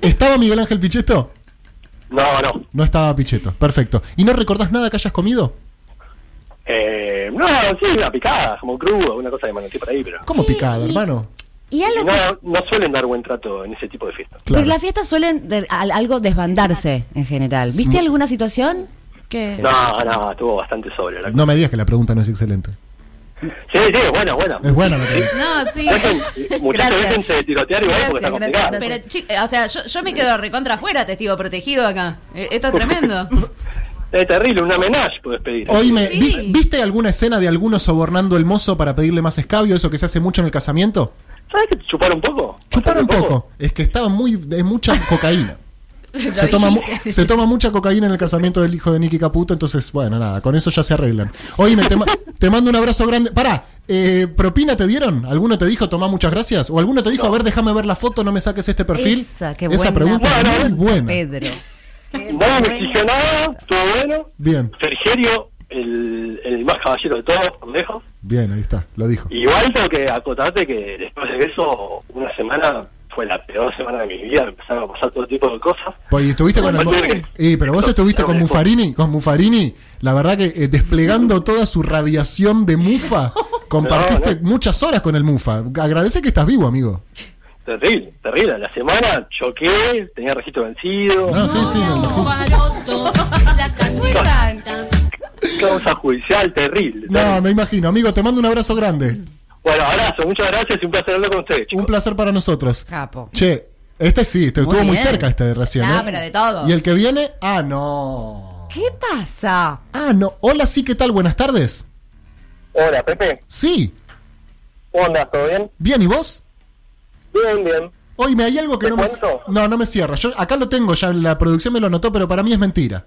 [SPEAKER 3] ¿Estaba Miguel Ángel Pichetto?
[SPEAKER 11] No, no.
[SPEAKER 3] No estaba Pichetto. Perfecto. ¿Y no recordás nada que hayas comido?
[SPEAKER 11] Eh, no, sí, una picada, como crudo, una cosa de manoté por ahí, pero...
[SPEAKER 3] ¿Cómo picada, hermano?
[SPEAKER 9] Y algo
[SPEAKER 11] No,
[SPEAKER 9] que-
[SPEAKER 11] no suelen dar buen trato en ese tipo de fiestas.
[SPEAKER 9] Pero las fiestas suelen de- al- algo desbandarse en general. ¿Viste alguna situación que
[SPEAKER 11] No, no, estuvo bastante sobrio. la-
[SPEAKER 3] No me digas que la pregunta no es excelente.
[SPEAKER 11] Sí, sí, bueno, bueno.
[SPEAKER 3] Es buena la pregunta.
[SPEAKER 2] No, sí.
[SPEAKER 11] Muchachos,
[SPEAKER 2] Gracias.
[SPEAKER 11] déjense de tirotear igual porque está complicado.
[SPEAKER 2] Pero, chi- eh, o sea, yo, yo me quedo recontra afuera, testigo protegido acá. Eh, Esto es tremendo.
[SPEAKER 11] Es terrible, una homenaje puedes pedir.
[SPEAKER 3] Oíme, ¿vi- ¿viste alguna escena de alguno sobornando al mozo para pedirle más escabio? Eso que se hace mucho en el casamiento.
[SPEAKER 11] ¿Sabes que chupar un poco?
[SPEAKER 3] Chupar un poco. Es que estaba muy. Es mucha cocaína. se, toma, mu- se toma mucha cocaína en el casamiento del hijo de Nicky Caputo, entonces, bueno, nada, con eso ya se arreglan. Oíme, te, ma- te mando un abrazo grande. Pará, eh, ¿propina te dieron? ¿Alguno te dijo, tomá muchas gracias? ¿O alguno te dijo, a ver, déjame ver la foto, no me saques este perfil?
[SPEAKER 9] Esa, qué buena
[SPEAKER 3] pregunta es muy buena.
[SPEAKER 9] Pedro?
[SPEAKER 11] No me exigió nada, estuvo bueno.
[SPEAKER 3] Bien,
[SPEAKER 11] Sergio, el, el más caballero de todos, por lejos.
[SPEAKER 3] bien, ahí está, lo dijo.
[SPEAKER 11] Igual tengo que acotarte que después de eso, una semana fue la peor semana de mi vida, me empezaron a pasar todo tipo de cosas.
[SPEAKER 3] Pues y estuviste con el- Eh, pero vos estuviste con Mufarini, con Mufarini, la verdad que eh, desplegando toda su radiación de mufa, compartiste muchas horas con el mufa. Agradece que estás vivo, amigo.
[SPEAKER 11] Terrible, terrible. A La semana choqué, tenía registro vencido.
[SPEAKER 3] No, sí, sí, no, no.
[SPEAKER 11] Causa judicial terrible.
[SPEAKER 3] No, me imagino, amigo, te mando un abrazo grande.
[SPEAKER 11] Bueno, abrazo, muchas gracias y un placer hablar con ustedes.
[SPEAKER 3] Un placer para nosotros.
[SPEAKER 9] Capo.
[SPEAKER 3] Che, este sí, te
[SPEAKER 11] Muy
[SPEAKER 3] estuvo muy
[SPEAKER 11] bien.
[SPEAKER 3] cerca este de recién.
[SPEAKER 9] No,
[SPEAKER 3] ¿eh?
[SPEAKER 9] pero de todos.
[SPEAKER 3] Y el que viene, ah, no.
[SPEAKER 9] ¿Qué pasa?
[SPEAKER 3] Ah, no. Hola, sí, ¿qué tal? Buenas tardes.
[SPEAKER 12] Hola, Pepe.
[SPEAKER 3] Sí.
[SPEAKER 12] ¿Cómo andás? ¿Todo bien?
[SPEAKER 3] Bien, ¿y vos?
[SPEAKER 12] Bien, bien.
[SPEAKER 3] Hoy me hay algo que
[SPEAKER 12] ¿Te
[SPEAKER 3] no me,
[SPEAKER 12] cuento?
[SPEAKER 3] no, no me cierra. Yo acá lo tengo, ya la producción me lo anotó, pero para mí es mentira.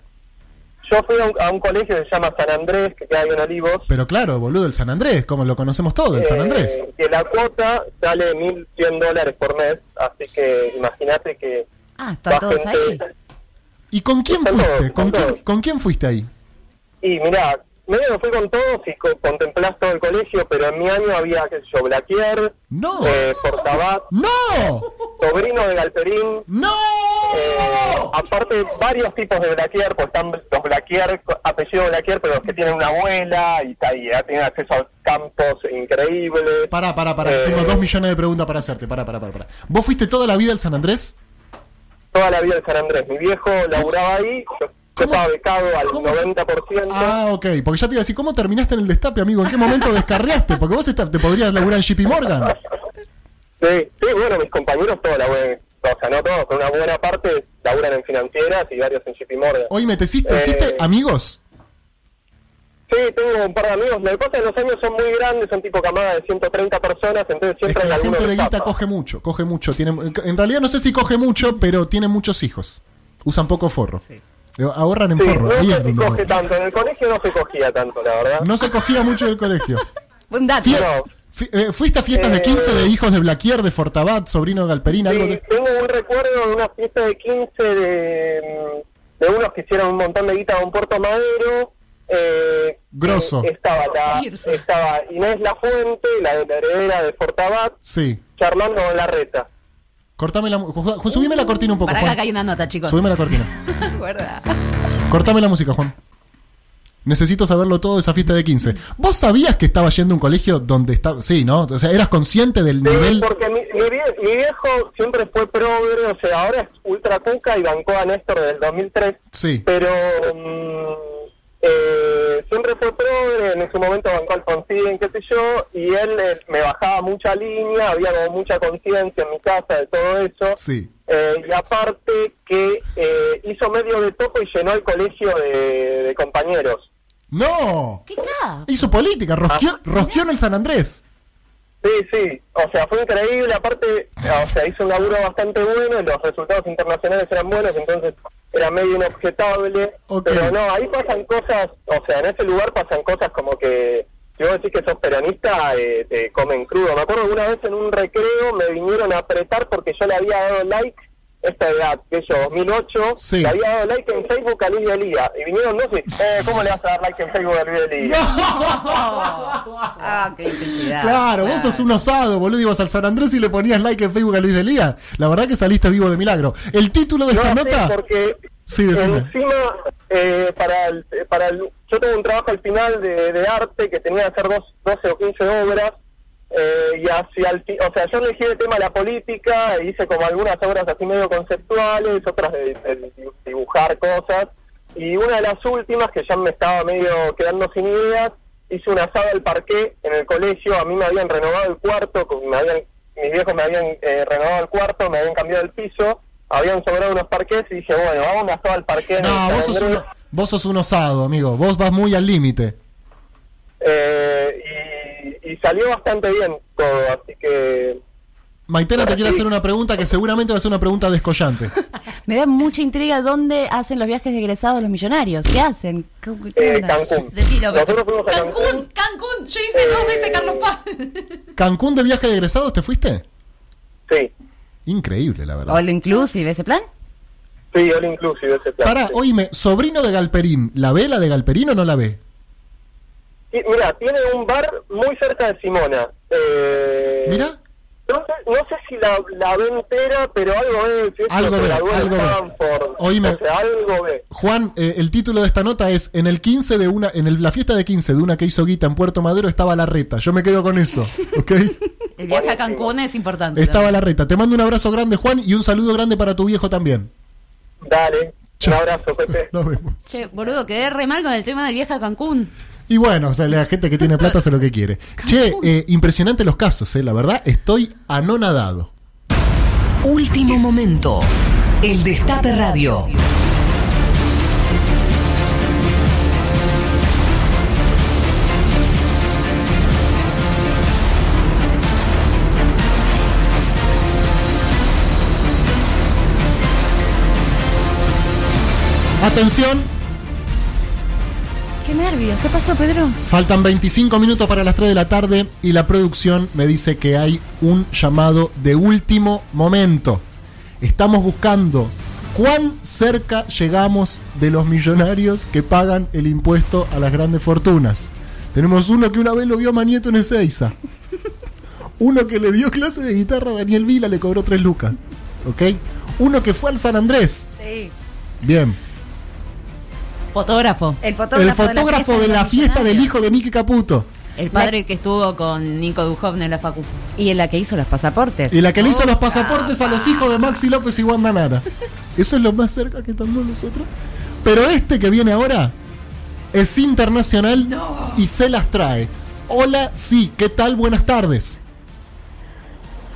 [SPEAKER 12] Yo fui a un, a un colegio que se llama San Andrés, que queda ahí en Olivos.
[SPEAKER 3] Pero claro, boludo, el San Andrés, como lo conocemos todo, el San
[SPEAKER 12] eh,
[SPEAKER 3] Andrés.
[SPEAKER 12] que la cuota sale 1.100 dólares por mes, así que imagínate que...
[SPEAKER 9] Ah,
[SPEAKER 12] la
[SPEAKER 9] están todos ahí.
[SPEAKER 12] gente-
[SPEAKER 3] ¿Y con quién
[SPEAKER 12] Están
[SPEAKER 3] fuiste?
[SPEAKER 12] todos,
[SPEAKER 3] ¿Con
[SPEAKER 12] están
[SPEAKER 3] quién,
[SPEAKER 12] todos.
[SPEAKER 3] ¿Con quién fuiste ahí?
[SPEAKER 12] Y mirá, medio que fui con todos y co- contemplás todo el colegio, pero en mi año había, qué sé yo, Blaquier,
[SPEAKER 3] No.
[SPEAKER 12] eh, Portabat,
[SPEAKER 3] ¡No!
[SPEAKER 12] Sobrino de Galperín. Eh,
[SPEAKER 3] ¡No!
[SPEAKER 12] aparte, varios tipos de Blaquier, pues están los Blaquier, co- apellido Blaquier, pero los que tienen una abuela y, ta- y ya tienen acceso a campos increíbles.
[SPEAKER 3] Pará, pará, pará. que
[SPEAKER 12] Eh,
[SPEAKER 3] Tengo dos millones de preguntas para hacerte. Pará, pará, pará, pará. ¿Vos fuiste toda la vida al San Andrés?
[SPEAKER 12] Toda la vida en San Andrés. Mi viejo laburaba ahí, yo yo estaba becado al 90%.
[SPEAKER 3] Ah, ok. Porque ya te iba a decir, ¿cómo terminaste en el destape, amigo? ¿En qué momento descarriaste? Porque vos esta- te podrías laburar en JP Morgan.
[SPEAKER 12] Sí, sí, bueno, mis compañeros, toda la buena, o sea, no todos, pero una buena parte laburan en financieras y varios en JP Morgan.
[SPEAKER 3] Hoy me teciste,
[SPEAKER 12] Eh,
[SPEAKER 3] hiciste amigos.
[SPEAKER 12] Sí, tengo un par de amigos. Lo que pasa es que los años son muy grandes, son tipo camada de 130 personas, entonces siempre hay
[SPEAKER 3] La
[SPEAKER 12] alguno
[SPEAKER 3] gente
[SPEAKER 12] que
[SPEAKER 3] de guita
[SPEAKER 12] escapa.
[SPEAKER 3] coge mucho, coge mucho. Tiene, en realidad no sé si coge mucho, pero tiene muchos hijos. Usan poco forro. Eh, Ahorran en
[SPEAKER 12] Sí,
[SPEAKER 3] forro.
[SPEAKER 12] no
[SPEAKER 3] Ahí
[SPEAKER 12] sé
[SPEAKER 3] es
[SPEAKER 12] si
[SPEAKER 3] donde
[SPEAKER 12] coge
[SPEAKER 3] ahorran.
[SPEAKER 12] tanto. En el colegio no se cogía tanto, la verdad.
[SPEAKER 3] No se cogía mucho del colegio.
[SPEAKER 9] Buen dato.
[SPEAKER 3] Fie- fi- eh, ¿Fuiste a fiestas de
[SPEAKER 12] Eh,
[SPEAKER 3] 15 de hijos de Blaquier, de Fortabat, sobrino de Galperín,
[SPEAKER 12] Sí,
[SPEAKER 3] algo de...
[SPEAKER 12] Tengo un recuerdo de una fiesta de 15 de, mm, de unos que hicieron un montón de guita en Puerto Madero. Eh,
[SPEAKER 3] Grosso.
[SPEAKER 12] eh, estaba, la- estaba Inés La Fuente, la, la heredera de Fortabat,
[SPEAKER 3] Sí.
[SPEAKER 12] charlando con la reta.
[SPEAKER 3] Cortame la... mu- Ju- Ju- Subime la cortina un poco,
[SPEAKER 2] Para acá
[SPEAKER 3] Juan.
[SPEAKER 2] hay una nota, chicos.
[SPEAKER 3] Subime la cortina.
[SPEAKER 2] Guarda.
[SPEAKER 3] Cortame la música, Juan. Necesito saberlo todo de esa fiesta de 15. ¿Vos sabías que estaba yendo a un colegio donde estaba...? Sí, ¿no? O sea, ¿eras consciente del
[SPEAKER 12] Sí,
[SPEAKER 3] nivel...?
[SPEAKER 12] porque mi, mi vie- mi viejo siempre fue progre, o sea, ahora es ultra cuca y bancó a Néstor del 2003,
[SPEAKER 3] Sí.
[SPEAKER 12] pero mm, eh, siempre fue progre, en su momento bancó a Alfonsín, qué sé yo, y él eh, me bajaba mucha línea, había como mucha conciencia en mi casa de todo eso,
[SPEAKER 3] Sí.
[SPEAKER 12] eh, y aparte que eh, hizo medio de topo y llenó el colegio de, de compañeros.
[SPEAKER 3] ¡No! Hizo política, rosqueó, rosqueó en el San Andrés.
[SPEAKER 12] Sí, sí, o sea, fue increíble, aparte, o sea, hizo un laburo bastante bueno, y los resultados internacionales eran buenos, entonces era medio inobjetable, pero no, ahí pasan cosas, o sea, en ese lugar pasan cosas como que, si vos decís que sos peronista, eh, te comen crudo. Me acuerdo que una vez en un recreo me vinieron a apretar porque yo le había dado like, esta edad, que yo, 2008,
[SPEAKER 3] Sí.
[SPEAKER 12] le había dado like en Facebook a Luis de Lía, y vinieron dos y, eh, ¿cómo le vas a dar like en Facebook a Luis de Lía?
[SPEAKER 9] Ah, qué intensidad.
[SPEAKER 3] Claro, vos sos un osado, boludo. Ibas al San Andrés y le ponías like en Facebook a Luis Elías. La verdad que saliste vivo de milagro. El título de esta
[SPEAKER 12] No, sí,
[SPEAKER 3] nota.
[SPEAKER 12] porque
[SPEAKER 3] Sí, decime.
[SPEAKER 12] encima eh, para el, para el- yo tengo un trabajo al final de, de arte que tenía que hacer dos, 12 o 15 obras eh, y hacia el fi- o sea yo elegí el tema de la política e hice como algunas obras así medio conceptuales otras de, de dibujar cosas y una de las últimas que ya me estaba medio quedando sin ideas hice una asado al parqué en el colegio a mí me habían renovado el cuarto con- me habían- mis viejos me habían eh, renovado el cuarto me habían cambiado el piso habían sobrado unos parques y dije bueno vamos a un asado al parqué en el
[SPEAKER 3] No,
[SPEAKER 12] San
[SPEAKER 3] vos sos,
[SPEAKER 12] Andrés.
[SPEAKER 3] un, vos sos un osado, amigo. Vos vas muy al límite.
[SPEAKER 12] Eh, y, y salió bastante bien todo así que
[SPEAKER 3] Maitena te quiere hacer una pregunta que seguramente va a ser una pregunta descollante.
[SPEAKER 9] Me da mucha intriga dónde hacen los viajes de egresados los millonarios. ¿Qué hacen? ¿Qué- qué onda?
[SPEAKER 2] Decilo, Pepe.
[SPEAKER 12] Nosotros fuimos a
[SPEAKER 2] Cancún, Cancún. Yo hice dos veces Carlos Paz.
[SPEAKER 3] ¿Cancún de viaje de egresados te fuiste?
[SPEAKER 12] Sí.
[SPEAKER 3] Increíble, la verdad.
[SPEAKER 9] All inclusive, ese plan.
[SPEAKER 12] sí all inclusive ese plan
[SPEAKER 3] Pará,
[SPEAKER 12] sí.
[SPEAKER 3] oíme, sobrino de Galperín, ¿la ve la de Galperín o no la ve?
[SPEAKER 12] Y, mira tiene un bar muy cerca de Simona eh,
[SPEAKER 3] Mira,
[SPEAKER 12] No, sé- no sé si la, la ve entera, pero algo ve. si es
[SPEAKER 3] Algo
[SPEAKER 12] lo que
[SPEAKER 3] ve,
[SPEAKER 12] la duele
[SPEAKER 3] algo ve.
[SPEAKER 12] Stanford,
[SPEAKER 3] Oíme.
[SPEAKER 12] O sea, algo ve.
[SPEAKER 3] Juan, eh, el título de esta nota es En el 15 de una, en el- la fiesta de 15 de una que hizo Guita en Puerto Madero estaba la reta. Yo me quedo con eso, ¿ok?
[SPEAKER 2] El viaje a Cancún es importante.
[SPEAKER 3] estaba la reta. Te mando un abrazo grande, Juan, y un saludo grande para tu viejo también.
[SPEAKER 12] Dale.
[SPEAKER 3] Chao.
[SPEAKER 12] Un abrazo, Pepe.
[SPEAKER 3] Nos vemos.
[SPEAKER 8] Che, boludo, quedé re mal con el tema del viaje a Cancún.
[SPEAKER 3] Y bueno, o sea, la gente que tiene plata hace lo que quiere. Che, eh, impresionante los casos, eh, la verdad, estoy anonadado.
[SPEAKER 13] Último momento. El Destape Radio.
[SPEAKER 3] Atención,
[SPEAKER 9] Qué nervios. ¿Qué pasó, Pedro?
[SPEAKER 3] faltan 25 minutos para las 3 de la tarde y la producción me dice que hay un llamado de último momento. Estamos buscando cuán cerca llegamos de los millonarios que pagan el impuesto a las grandes fortunas. Tenemos uno que una vez lo vio a Manieto en Ezeiza. Uno que le dio clase de guitarra a Daniel Vila le cobró 3 lucas. ¿Ok? Uno que fue al San Andrés.
[SPEAKER 9] Sí.
[SPEAKER 3] Bien.
[SPEAKER 2] Fotógrafo.
[SPEAKER 9] El
[SPEAKER 3] El fotógrafo de la fiesta del hijo de Nicky Caputo.
[SPEAKER 2] El padre que estuvo con Nico Duhovne en la facu. Oh,
[SPEAKER 9] Y en la que hizo los pasaportes.
[SPEAKER 3] Y la que le hizo los pasaportes a los hijos de Maxi López y Wanda Nara. Eso es lo más cerca que estamos nosotros. Pero este que viene ahora es internacional y se las trae. Hola, sí, ¿qué tal? Buenas tardes.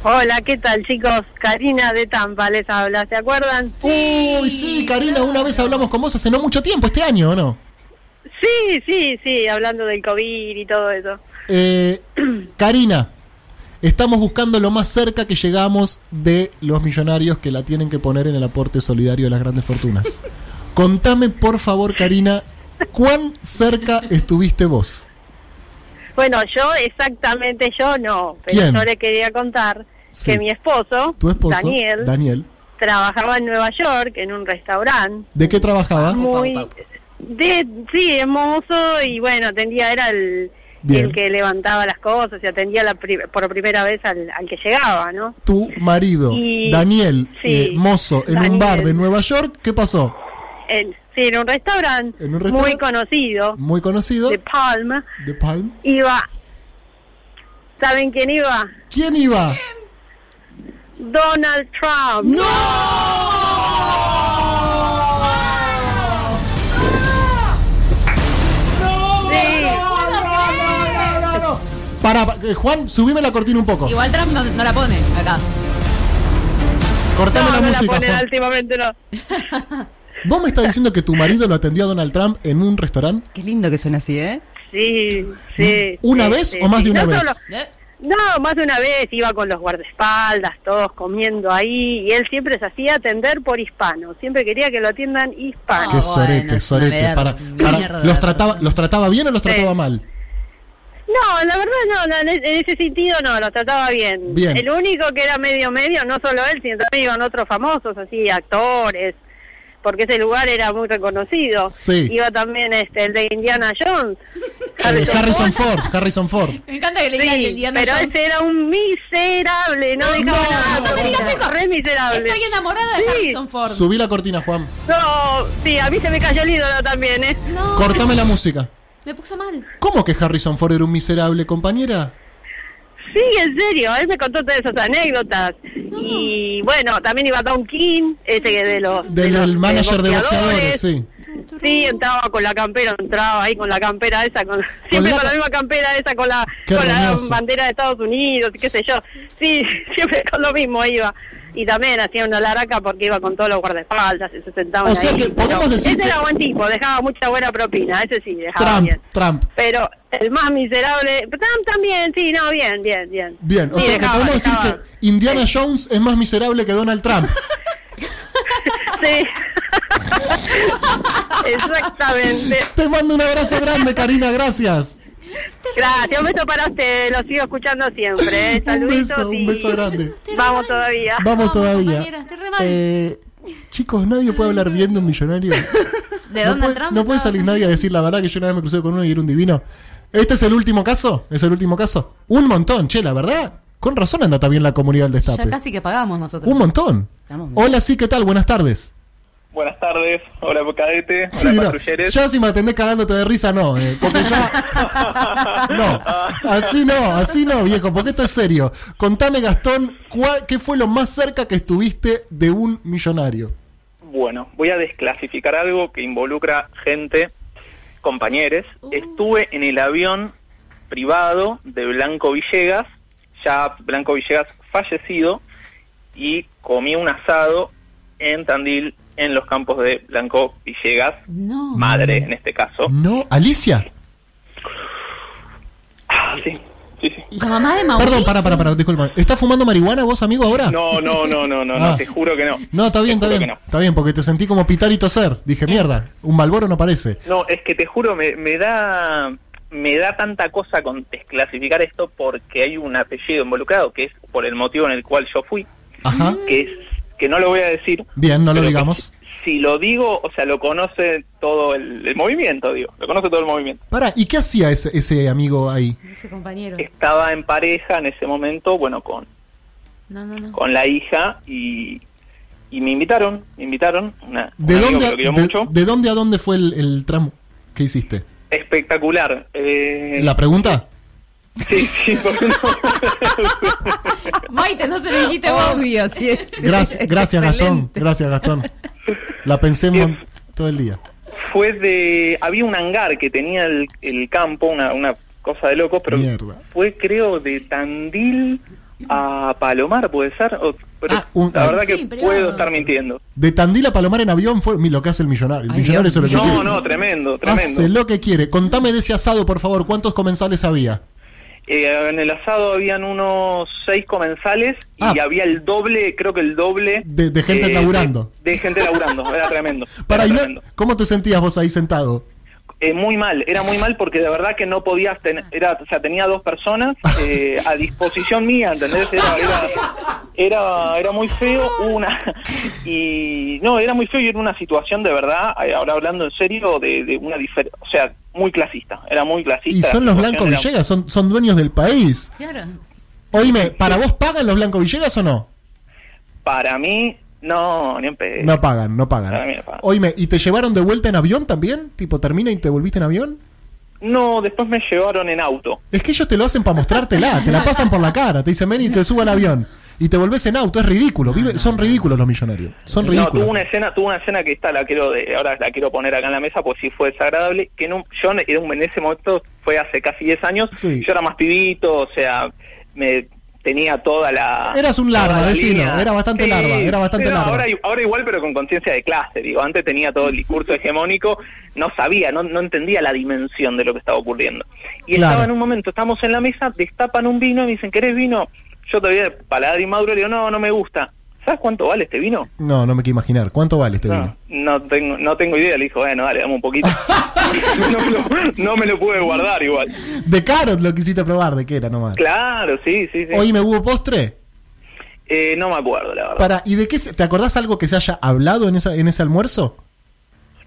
[SPEAKER 14] Hola, ¿qué tal chicos? Karina de Tampa les habla, ¿se acuerdan?
[SPEAKER 3] Uy, sí, Karina, una vez hablamos con vos hace no mucho tiempo, este año, ¿o no?
[SPEAKER 14] Sí, sí, sí, hablando del COVID y todo eso.
[SPEAKER 3] Eh, Karina, estamos buscando lo más cerca que llegamos de los millonarios que la tienen que poner en el aporte solidario de las grandes fortunas. Contame, por favor, Karina, ¿cuán cerca estuviste vos?
[SPEAKER 14] Bueno, yo exactamente, yo no, pero
[SPEAKER 3] ¿Quién?
[SPEAKER 14] yo le quería contar
[SPEAKER 3] Sí.
[SPEAKER 14] que mi esposo,
[SPEAKER 3] Tu esposo,
[SPEAKER 14] Daniel,
[SPEAKER 3] Daniel,
[SPEAKER 14] trabajaba en Nueva York en un restaurante
[SPEAKER 3] ¿de qué trabajaba?
[SPEAKER 14] Ah, muy... De, sí, hermoso y bueno, atendía, era el,
[SPEAKER 3] Bien.
[SPEAKER 14] el que levantaba las cosas y atendía la pri- por primera vez al, al que llegaba, ¿no?
[SPEAKER 3] Tu marido,
[SPEAKER 14] Y-
[SPEAKER 3] Daniel,
[SPEAKER 14] sí,
[SPEAKER 3] eh, mozo, en un
[SPEAKER 14] Daniel.
[SPEAKER 3] bar de Nueva York, ¿qué pasó?
[SPEAKER 14] En- sí, en un restaurante
[SPEAKER 3] En un restaurante.
[SPEAKER 14] muy conocido,
[SPEAKER 3] Muy conocido,
[SPEAKER 14] de Palma.
[SPEAKER 3] de Palm.
[SPEAKER 14] Iba. ¿Saben quién iba?
[SPEAKER 3] ¿Quién iba?
[SPEAKER 14] Donald Trump.
[SPEAKER 3] Para, eh, Juan, subime la cortina un poco.
[SPEAKER 2] Igual Trump no, no la pone acá.
[SPEAKER 3] Cortame
[SPEAKER 14] No,
[SPEAKER 3] la
[SPEAKER 14] no la
[SPEAKER 3] música.
[SPEAKER 14] ponen
[SPEAKER 3] Juan.
[SPEAKER 14] últimamente no.
[SPEAKER 3] ¿Vos me estás diciendo que tu marido lo atendió a Donald Trump en un restaurante?
[SPEAKER 9] Qué lindo que suena así, ¿eh?
[SPEAKER 14] Sí, sí.
[SPEAKER 3] ¿Una
[SPEAKER 14] sí,
[SPEAKER 3] vez
[SPEAKER 14] sí,
[SPEAKER 3] o más
[SPEAKER 14] sí.
[SPEAKER 3] de una
[SPEAKER 14] No
[SPEAKER 3] vez?
[SPEAKER 14] solo- no, más de una vez iba con los guardaespaldas, todos comiendo ahí, y él siempre se hacía atender por hispano, siempre quería que lo atiendan hispano.
[SPEAKER 3] Qué sorete, sorete. Para, para- los, trataba, ¿Los trataba bien o los trataba mal?
[SPEAKER 14] No, la verdad no, no, en e- en ese sentido no, lo trataba bien.
[SPEAKER 3] Bien.
[SPEAKER 14] El único que era medio medio, no solo él, sino también iban otros famosos, así, actores, porque ese lugar era muy reconocido.
[SPEAKER 3] Sí.
[SPEAKER 14] Iba también este, el de Indiana Jones.
[SPEAKER 3] Eh, Harrison Ford, Harrison Ford.
[SPEAKER 14] Me encanta que le digan Indiana pero
[SPEAKER 2] Jones.
[SPEAKER 14] ese era un miserable, no dejaba nada.
[SPEAKER 2] no me digas eso.
[SPEAKER 14] re miserable.
[SPEAKER 2] Estoy enamorada de Harrison Ford.
[SPEAKER 3] Subí la cortina, Juan.
[SPEAKER 14] No, sí, a mí se me cayó el ídolo también, ¿eh?
[SPEAKER 2] No,
[SPEAKER 3] Cortame la música.
[SPEAKER 2] me puso mal.
[SPEAKER 3] ¿Cómo que Harrison Ford era un miserable, compañera?
[SPEAKER 14] Sí, en serio, él me contó todas esas anécdotas. Y bueno, también iba Don King, ese que de los...
[SPEAKER 3] Del
[SPEAKER 14] los-
[SPEAKER 3] el manager de
[SPEAKER 14] boxeadores.
[SPEAKER 3] boxeadores, sí.
[SPEAKER 14] Sí, entraba con la campera, entraba ahí con la campera esa, con, siempre
[SPEAKER 3] la
[SPEAKER 14] con la
[SPEAKER 3] ca-
[SPEAKER 14] misma campera esa, con la,
[SPEAKER 3] Qué
[SPEAKER 14] con la
[SPEAKER 3] hermoso.
[SPEAKER 14] bandera de Estados Unidos, qué sé yo. Sí, siempre con lo mismo iba. Y también hacía una laraca porque iba con todos los guardaespaldas y se sentaban
[SPEAKER 3] O sea
[SPEAKER 14] ahí.
[SPEAKER 3] que podemos
[SPEAKER 14] Pero
[SPEAKER 3] decir
[SPEAKER 14] Ese
[SPEAKER 3] que-
[SPEAKER 14] era buen tipo, dejaba mucha buena propina, ese sí, dejaba
[SPEAKER 3] Trump,
[SPEAKER 14] Ah, bien.
[SPEAKER 3] Trump.
[SPEAKER 14] Pero el más miserable, Trump también, sí, no, bien, bien, bien.
[SPEAKER 3] Bien, o
[SPEAKER 14] Sí,
[SPEAKER 3] sea que
[SPEAKER 14] dejaba,
[SPEAKER 3] podemos decir
[SPEAKER 14] dejaba.
[SPEAKER 3] que Indiana Jones es más miserable que Donald Trump.
[SPEAKER 14] Sí. Exactamente.
[SPEAKER 3] Te mando un abrazo grande, Karina, gracias.
[SPEAKER 14] Gracias, un beso para usted, lo sigo escuchando siempre. ¿eh?
[SPEAKER 3] Un
[SPEAKER 14] Saluditos
[SPEAKER 3] beso, un
[SPEAKER 14] y
[SPEAKER 3] beso grande.
[SPEAKER 14] vamos todavía.
[SPEAKER 3] Vamos todavía. Eh, chicos, nadie puede hablar bien de un millonario.
[SPEAKER 2] ¿De
[SPEAKER 3] no
[SPEAKER 2] Donald
[SPEAKER 3] puede,
[SPEAKER 2] Trump?
[SPEAKER 3] no puede salir nadie a decir la verdad que yo una vez me crucé con uno y era un divino. ¿Este es el último caso? ¿Es el último caso? Un montón, che, la verdad. Con razón anda también la comunidad del destape.
[SPEAKER 8] Ya casi que pagamos nosotros.
[SPEAKER 3] Un montón. Oh. Hola, sí, ¿qué tal? Buenas tardes.
[SPEAKER 1] Buenas tardes, hola cadete, hola
[SPEAKER 3] Sí, no.
[SPEAKER 1] patrulleros.
[SPEAKER 3] Ya si me atendés cagándote de risa, no. eh, porque ya- No, así no, así no, viejo, porque esto es serio. Contame, Gastón, ¿cuál- ¿qué fue lo más cerca que estuviste de un millonario?
[SPEAKER 1] Bueno, voy a desclasificar algo que involucra gente, compañeros. Estuve en el avión privado de Blanco Villegas, ya Blanco Villegas fallecido, y comí un asado en Tandil, en los campos de Blanco Villegas,
[SPEAKER 8] No.
[SPEAKER 1] madre en este caso.
[SPEAKER 3] No, Alicia.
[SPEAKER 1] Ah, sí.
[SPEAKER 8] La mamá de Mauricio.
[SPEAKER 3] Perdón, para, para, para, disculpa. ¿Estás fumando marihuana vos, amigo, ahora?
[SPEAKER 1] No, no, no, no, no, no,
[SPEAKER 3] Ah.
[SPEAKER 1] te juro que no.
[SPEAKER 3] No, está bien,
[SPEAKER 1] Te
[SPEAKER 3] está bien.
[SPEAKER 1] juro que no.
[SPEAKER 3] Está bien, porque te sentí como pitar y toser. Dije, mierda, un malboro no parece.
[SPEAKER 1] No, es que te juro, me, me da me da tanta cosa con desclasificar esto porque hay un apellido involucrado que es por el motivo en el cual yo fui,
[SPEAKER 3] Ajá.
[SPEAKER 1] que es que no lo voy a decir.
[SPEAKER 3] Bien, no lo digamos.
[SPEAKER 1] Si lo digo, o sea, lo conoce todo el, el movimiento, digo, lo conoce todo el movimiento.
[SPEAKER 3] Para, ¿y qué hacía ese, ese amigo ahí?
[SPEAKER 8] Ese compañero.
[SPEAKER 1] Estaba en pareja en ese momento, bueno, con,
[SPEAKER 8] No, no, no.
[SPEAKER 1] con la hija y, y me invitaron, me invitaron, una,
[SPEAKER 3] ¿De
[SPEAKER 1] un amigo
[SPEAKER 3] dónde,
[SPEAKER 1] que lo quiero
[SPEAKER 3] de-
[SPEAKER 1] mucho,
[SPEAKER 3] de dónde a dónde fue el, el tramo que hiciste?
[SPEAKER 1] espectacular. eh,
[SPEAKER 3] ¿La pregunta?
[SPEAKER 1] Sí, sí, porque no-
[SPEAKER 8] Maite, no se lo dijiste vos. Obvio, sí.
[SPEAKER 3] Gracias, gracias Gastón. Gracias, Gastón. La pensé un mon- todo el día.
[SPEAKER 1] fue de... Había un hangar que tenía el, el campo, una, una cosa de locos, pero
[SPEAKER 3] Mierda.
[SPEAKER 1] fue creo de Tandil a Palomar, puede ser. O- pero
[SPEAKER 3] un-
[SPEAKER 1] la
[SPEAKER 3] ah.
[SPEAKER 1] verdad
[SPEAKER 3] Sí,
[SPEAKER 1] que
[SPEAKER 3] pero-
[SPEAKER 1] puedo estar mintiendo.
[SPEAKER 3] De Tandil a Palomar en avión fue mi- lo que hace el millonario. El millonario es lo que
[SPEAKER 1] no,
[SPEAKER 3] quiere.
[SPEAKER 1] no, tremendo,
[SPEAKER 3] Hace
[SPEAKER 1] tremendo.
[SPEAKER 3] lo que quiere. Contame de ese asado, por favor. ¿Cuántos comensales había?
[SPEAKER 1] Eh, en el asado habían unos seis comensales y había el doble, creo que el doble...
[SPEAKER 3] Ah. De, de gente
[SPEAKER 1] eh,
[SPEAKER 3] laburando.
[SPEAKER 1] De, de gente laburando, era tremendo. era
[SPEAKER 3] Para, ¿y no-
[SPEAKER 1] tremendo.
[SPEAKER 3] ¿Cómo te sentías vos ahí sentado?
[SPEAKER 1] Eh, muy mal, era muy mal porque de verdad que no podías tener, era, o sea, tenía dos personas eh, a disposición mía, ¿entendés? Era, era, era, era muy feo, hubo una, y no, era muy feo y era una situación de verdad, eh, ahora hablando en serio, de, de una diferencia, o sea, muy clasista, era muy clasista.
[SPEAKER 3] Y
[SPEAKER 1] la
[SPEAKER 3] son los Blancos
[SPEAKER 1] situación era-
[SPEAKER 3] Villegas, son, son dueños del país.
[SPEAKER 8] Claro.
[SPEAKER 3] Oíme, ¿para vos pagan los Blancos Villegas o no?
[SPEAKER 1] Para mí, no, ni en pedo.
[SPEAKER 3] No pagan, no
[SPEAKER 1] Para
[SPEAKER 3] pagan.
[SPEAKER 1] mí no pagan.
[SPEAKER 3] Oíme, ¿y te llevaron de vuelta en avión también? Tipo, termina y te volviste en avión.
[SPEAKER 1] No, después me llevaron en auto.
[SPEAKER 3] Es que ellos te lo hacen para mostrártela, te la pasan por la cara, te dicen ven y te subo al avión. Y te volvés en auto, es ridículo. vive- son ridículos los millonarios. Son
[SPEAKER 1] No, tuvo
[SPEAKER 3] ridículos.
[SPEAKER 1] una escena, tuvo una escena que está, la quiero de, ahora la quiero poner acá en la mesa, pues sí fue desagradable, que en un, yo en, en ese momento fue hace casi 10 años, yo era más pibito, o sea, me tenía toda la...
[SPEAKER 3] Eras un
[SPEAKER 1] toda
[SPEAKER 3] larva,
[SPEAKER 1] la
[SPEAKER 3] decilo,
[SPEAKER 1] línea.
[SPEAKER 3] era bastante larva, era bastante
[SPEAKER 1] no,
[SPEAKER 3] larva.
[SPEAKER 1] Ahora, i- ahora igual, pero con conciencia de clase, digo, antes tenía todo el discurso hegemónico, no sabía, no, no entendía la dimensión de lo que estaba ocurriendo. Y
[SPEAKER 3] Claro.
[SPEAKER 1] estaba en un momento, estamos en la mesa, destapan un vino y me dicen, ¿querés vino? Yo todavía, paladar inmaduro, le digo, no, no me gusta. ¿Sabes cuánto vale este vino?
[SPEAKER 3] No, no me quiero imaginar. ¿Cuánto vale este vino?
[SPEAKER 1] No tengo, no tengo idea, le dijo, bueno, dale, dame un poquito. no, me lo, no me lo pude guardar igual.
[SPEAKER 3] De caro lo quisiste probar, ¿de qué era nomás?
[SPEAKER 1] Claro, sí, sí, sí.
[SPEAKER 3] Oíme, ¿hubo postre?
[SPEAKER 1] Eh, no me acuerdo, la verdad.
[SPEAKER 3] Para, ¿Y de qué? se- ¿Te acordás algo que se haya hablado en, esa, en ese almuerzo?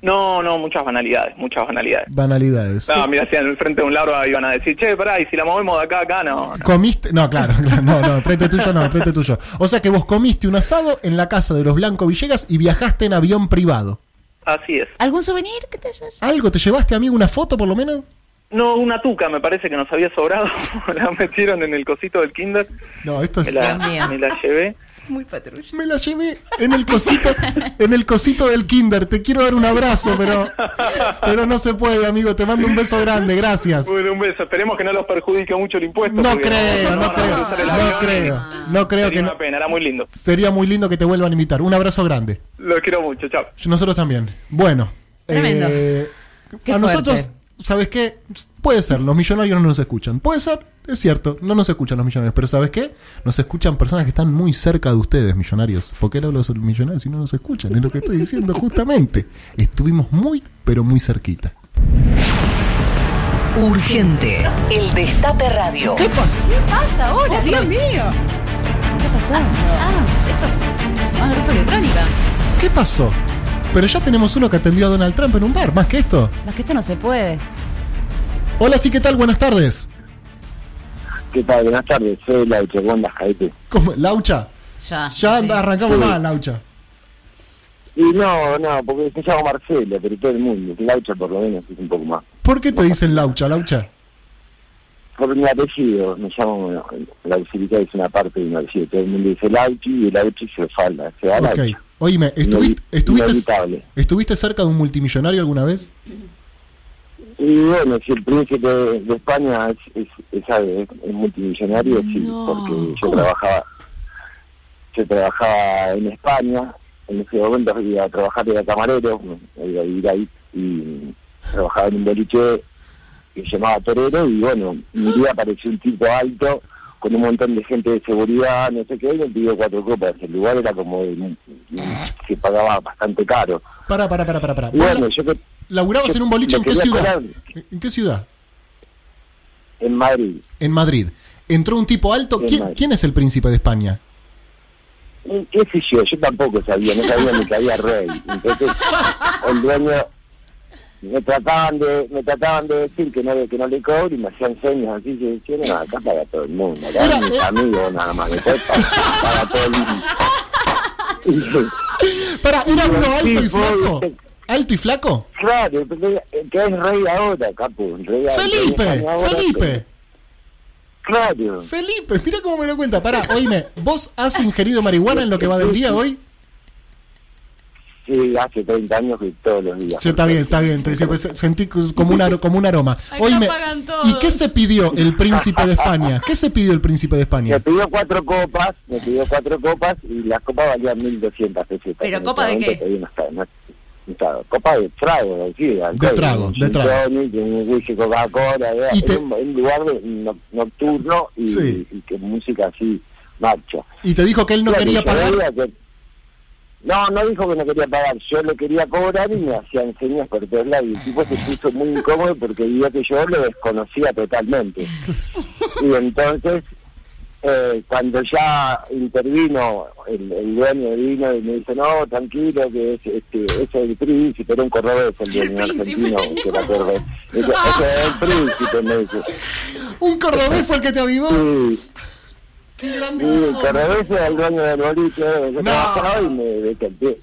[SPEAKER 1] No, no, muchas banalidades, muchas banalidades.
[SPEAKER 3] Banalidades.
[SPEAKER 1] No, mira, si al frente de un larva iban a decir, che, pará, y si la movemos de acá a acá, no. no.
[SPEAKER 3] ¿Comiste? No, claro, claro, no, no, frente tuyo no, frente tuyo. O sea que vos comiste un asado en la casa de los Blanco Villegas y viajaste en avión privado.
[SPEAKER 1] Así es.
[SPEAKER 9] ¿Algún souvenir que te
[SPEAKER 3] ¿Algo te llevaste, amigo, una foto por lo menos?
[SPEAKER 1] No, una tuca me parece que nos había sobrado. la metieron en el cosito del kinder.
[SPEAKER 3] No, esto es...
[SPEAKER 1] Me la, me la llevé.
[SPEAKER 8] Muy patrulla.
[SPEAKER 3] Me la llevé en el cosito, en el cosito del kinder. Te quiero dar un abrazo, pero, pero no se puede, amigo. Te mando un beso grande, gracias.
[SPEAKER 1] Bueno, un beso. Esperemos que no los perjudique mucho el impuesto.
[SPEAKER 3] No
[SPEAKER 1] porque
[SPEAKER 3] creo, no creo,
[SPEAKER 1] vamos a usar el
[SPEAKER 3] no
[SPEAKER 1] avión y
[SPEAKER 3] creo, no creo
[SPEAKER 1] sería
[SPEAKER 3] que no.
[SPEAKER 1] una pena, era muy lindo.
[SPEAKER 3] Sería muy lindo que te vuelvan a invitar. Un abrazo grande.
[SPEAKER 1] Los quiero mucho, chao.
[SPEAKER 3] Nosotros también. Bueno.
[SPEAKER 1] Tremendo.
[SPEAKER 3] eh,
[SPEAKER 1] Qué
[SPEAKER 3] a nosotros,
[SPEAKER 1] fuerte.
[SPEAKER 3] ¿sabes qué? Puede ser, los millonarios no nos escuchan. Puede ser, es cierto, no nos escuchan los millonarios. Pero ¿sabes qué? Nos escuchan personas que están muy cerca de ustedes, millonarios. ¿Por qué le hablo de los millonarios si no nos escuchan? Es lo que estoy diciendo justamente. Estuvimos muy, pero muy cerquita.
[SPEAKER 13] Urgente. El Destape Radio.
[SPEAKER 3] ¿Qué pasa?
[SPEAKER 8] ¿Qué pasa ahora, Dios mío? ¿Qué está pasando? Ah, esto más grueso que crónica.
[SPEAKER 3] ¿Qué pasó? Pero ya tenemos uno que atendió a Donald Trump en un bar, más que esto.
[SPEAKER 9] Más que esto no se puede.
[SPEAKER 3] Hola, sí, ¿qué tal? Buenas tardes.
[SPEAKER 15] ¿Qué tal? Buenas tardes, soy Laucha, ¿cómo andas, Jaete?
[SPEAKER 3] ¿Cómo? ¿Laucha?
[SPEAKER 2] Ya.
[SPEAKER 3] Ya anda- arrancamos
[SPEAKER 15] Sí.
[SPEAKER 3] más, Laucha.
[SPEAKER 15] Y no, no, porque se llama Marcelo, pero todo el mundo, Laucha por lo menos es un poco más.
[SPEAKER 3] ¿Por qué te dicen Laucha, Laucha?
[SPEAKER 15] Por mi apellido, me llamo, bueno, la auxiliar es una parte de mi apellido, todo el mundo dice Lauchi y el Lauchi se falda, se da
[SPEAKER 3] Ok.
[SPEAKER 15] Lauchi.
[SPEAKER 3] Oíme,
[SPEAKER 15] Inevi-
[SPEAKER 3] ¿estuviste, estuviste,
[SPEAKER 15] Inevitable.
[SPEAKER 3] ¿estuviste cerca de un multimillonario alguna vez?
[SPEAKER 15] Y bueno, si el príncipe de, de España es, es, es, es- es multimillonario, sí, porque yo trabajaba yo trabajaba en España, en ese momento iba a trabajar, era camarero, iba a vivir ahí, y trabajaba en un boliche que se llamaba Torero, y bueno, mi día apareció un tipo alto, con un montón de gente de seguridad, no sé qué, y me pidió cuatro copas, el lugar era como, de- se pagaba bastante caro.
[SPEAKER 3] Para, para, para, para. para.
[SPEAKER 15] Y bueno, yo que...
[SPEAKER 3] ¿Laburabas
[SPEAKER 15] yo
[SPEAKER 3] en un boliche
[SPEAKER 15] me
[SPEAKER 3] en qué
[SPEAKER 15] quería
[SPEAKER 3] ciudad?
[SPEAKER 15] parar
[SPEAKER 3] ¿En qué ciudad?
[SPEAKER 15] En Madrid.
[SPEAKER 3] En Madrid. Entró un tipo alto.
[SPEAKER 15] En
[SPEAKER 3] ¿Quién,
[SPEAKER 15] Madrid.
[SPEAKER 3] quién es el príncipe de España?
[SPEAKER 15] Y Eh, qué sé yo, yo tampoco sabía, no sabía ni que había rey. Entonces, el dueño me trataban de, me trataban de decir que no, que no le cobro y me hacían señas así, yo decía, no, acá para todo el mundo, acá
[SPEAKER 3] Era-
[SPEAKER 15] mis
[SPEAKER 3] era-
[SPEAKER 15] amigos nada más, después para, para todo el mundo.
[SPEAKER 3] Para, ¿era
[SPEAKER 15] Y
[SPEAKER 3] uno
[SPEAKER 15] el
[SPEAKER 3] alto y
[SPEAKER 15] tipo,
[SPEAKER 3] flaco?
[SPEAKER 15] viste,
[SPEAKER 3] ¿Alto y flaco?
[SPEAKER 15] Claro, pero que que es rey ahora, capo, rey ahora, que es
[SPEAKER 3] ¡Felipe!
[SPEAKER 15] rey ahora,
[SPEAKER 3] ¡Felipe!
[SPEAKER 15] Claro.
[SPEAKER 3] ¡Felipe! Mira cómo me lo cuenta. Para, oíme, ¿vos has ingerido marihuana en lo que va del día hoy?
[SPEAKER 15] Sí, hace 30 años que todos los días.
[SPEAKER 3] Sí, está bien, está bien. Te decía, pues, sentí como un, aro- como un aroma.
[SPEAKER 15] Acá
[SPEAKER 3] Oíme,
[SPEAKER 15] pagan
[SPEAKER 3] ¿y
[SPEAKER 15] todos.
[SPEAKER 3] qué se pidió el príncipe de España? ¿Qué se pidió el príncipe de España?
[SPEAKER 15] Me pidió cuatro copas, me pidió cuatro copas y las copas valían 1.200 pesetas.
[SPEAKER 2] ¿Pero
[SPEAKER 15] En ese
[SPEAKER 2] copa de
[SPEAKER 15] momento
[SPEAKER 2] qué?
[SPEAKER 15] todavía no estaba- no- no estaba. copa de trago, sí, de, alcohol,
[SPEAKER 3] trago,
[SPEAKER 15] un
[SPEAKER 3] de
[SPEAKER 15] gin
[SPEAKER 3] trago.
[SPEAKER 15] tonic, un whisky Coca-Cola, era
[SPEAKER 3] Y
[SPEAKER 15] era
[SPEAKER 3] te-
[SPEAKER 15] un, un lugar de- no- nocturno y,
[SPEAKER 3] Sí.
[SPEAKER 15] y que música así marcha.
[SPEAKER 3] ¿Y te dijo que él no
[SPEAKER 15] Claro,
[SPEAKER 3] quería
[SPEAKER 15] yo
[SPEAKER 3] pagar?
[SPEAKER 15] veía que- No, no dijo que no quería pagar, yo lo quería cobrar y me hacían señas por todos lados y el tipo
[SPEAKER 3] Ah.
[SPEAKER 15] se puso muy incómodo porque vio que yo lo desconocía totalmente. Y entonces, eh, cuando ya intervino el, el dueño vino y me dice, no, tranquilo, que es, este, ese es el príncipe, era un cordobés el dueño argentino, que era cordobés. Ese ese es el príncipe, me dice.
[SPEAKER 3] Un cordobés fue el que te avivó.
[SPEAKER 15] Sí.
[SPEAKER 3] Qué
[SPEAKER 15] Sí,
[SPEAKER 3] grande que
[SPEAKER 15] el
[SPEAKER 3] sos.
[SPEAKER 15] cordobés era el dueño del boliche, eh, yo trabajaba y me, el, ti-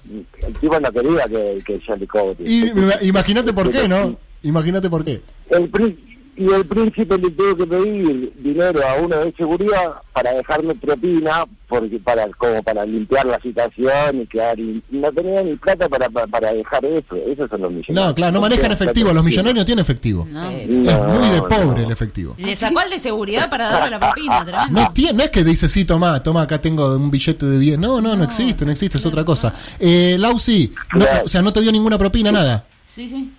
[SPEAKER 15] el tipo no quería que, que yo le cobre.
[SPEAKER 3] Y ima- imagínate por qué, ¿no? Imagínate por qué.
[SPEAKER 15] El prín- y el príncipe le tuvo que pedir dinero a uno de seguridad para dejarme propina, porque para como para limpiar la situación y quedar... in- y no tenía ni plata para, para, para dejar eso, esos son los millonarios.
[SPEAKER 3] No, claro, no manejan
[SPEAKER 15] tienen
[SPEAKER 3] efectivo.
[SPEAKER 15] plata.
[SPEAKER 3] Los millonarios no tienen efectivo. Es muy de pobre el efectivo.
[SPEAKER 2] Le sacó al de seguridad para darle la propina, tremendo.
[SPEAKER 3] No, tiene, no es que dice, sí, toma, toma, acá tengo un billete de 10. No, no, no, existe, no existe, es otra cosa. Eh, Lausi, no- o sea, no te dio ninguna propina, nada.
[SPEAKER 2] Sí, sí.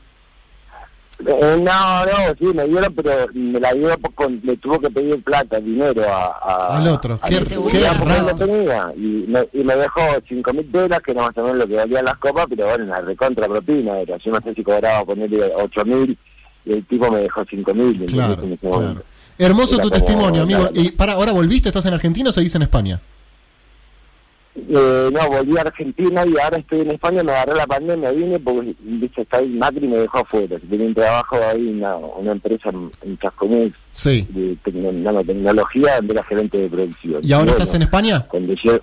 [SPEAKER 15] Eh, no, no, sí, me dieron, pero me la dio po- con, le tuvo que pedir plata, dinero a, a-
[SPEAKER 3] Al otro.
[SPEAKER 15] a
[SPEAKER 3] Qué-
[SPEAKER 15] mi
[SPEAKER 3] qué
[SPEAKER 15] seguridad, porque
[SPEAKER 3] raro.
[SPEAKER 15] no tenía. Y me, y me dejó cinco mil pelas, que no más o menos lo que valían las copas, pero bueno, una recontra propina era. Yo no sé si cobraba ponerle ocho mil y el tipo me dejó cinco mil.
[SPEAKER 3] Claro,
[SPEAKER 15] ¿entendés? En ese
[SPEAKER 3] claro.
[SPEAKER 15] momento.
[SPEAKER 3] Hermoso
[SPEAKER 15] Era
[SPEAKER 3] tu
[SPEAKER 15] como-
[SPEAKER 3] testimonio, amigo.
[SPEAKER 15] nada.
[SPEAKER 3] Y para, ahora volviste, estás en Argentina o seguís en España?
[SPEAKER 15] Eh, no, volví a Argentina y ahora estoy en España, me agarró la pandemia, vine porque, viste, está ahí Macri y me dejó afuera. Tenía un trabajo ahí, una, una empresa en, en Chascomús,
[SPEAKER 3] Sí.
[SPEAKER 15] de tecno- nanotecnología, donde era gerente de producción.
[SPEAKER 3] ¿Y ahora
[SPEAKER 15] Bueno,
[SPEAKER 3] estás en España?
[SPEAKER 15] Cuando llegó,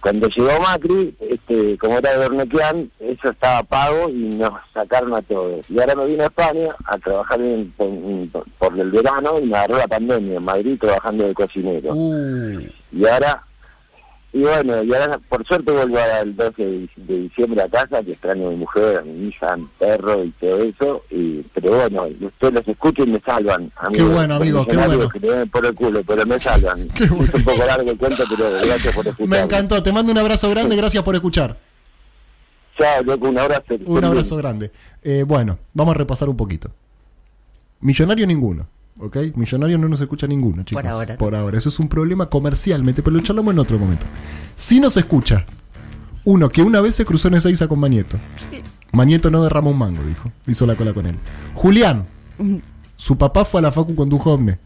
[SPEAKER 15] cuando llegó Macri, este, como era de Bernequian, eso estaba pago y nos sacaron a todos. Y ahora me vine a España a trabajar en- en- por- por el verano y me agarró la pandemia en Madrid trabajando de cocinero. Y ahora, y bueno, y ahora por suerte vuelvo ahora el 12 de, dic- de diciembre a casa, que extraño a mi mujer, a mi hija, a mi perro y todo eso. Y, pero bueno, y ustedes los escuchan y me salvan. amigos.
[SPEAKER 3] bueno,
[SPEAKER 15] Los
[SPEAKER 3] amigo, qué
[SPEAKER 15] millonarios
[SPEAKER 3] bueno.
[SPEAKER 15] Que me den por el culo, pero me salvan. Es un poco largo el cuento, pero gracias por escuchar.
[SPEAKER 3] Me encantó, te mando un abrazo grande, gracias por escuchar.
[SPEAKER 15] Chao, loco, un abrazo.
[SPEAKER 3] Un abrazo grande. Eh, bueno, vamos a repasar un poquito. Millonario ninguno, ¿ok? Millonario no nos escucha ninguno, chicos. Por ahora. Eso es un problema comercialmente, pero lo charlamos en otro momento. Si nos escucha uno que una vez se cruzó en Ezeiza con Mañeto. Mañeto no derrama un mango, dijo. Hizo la cola con él. Julián, su papá fue a la facu con Dujovne.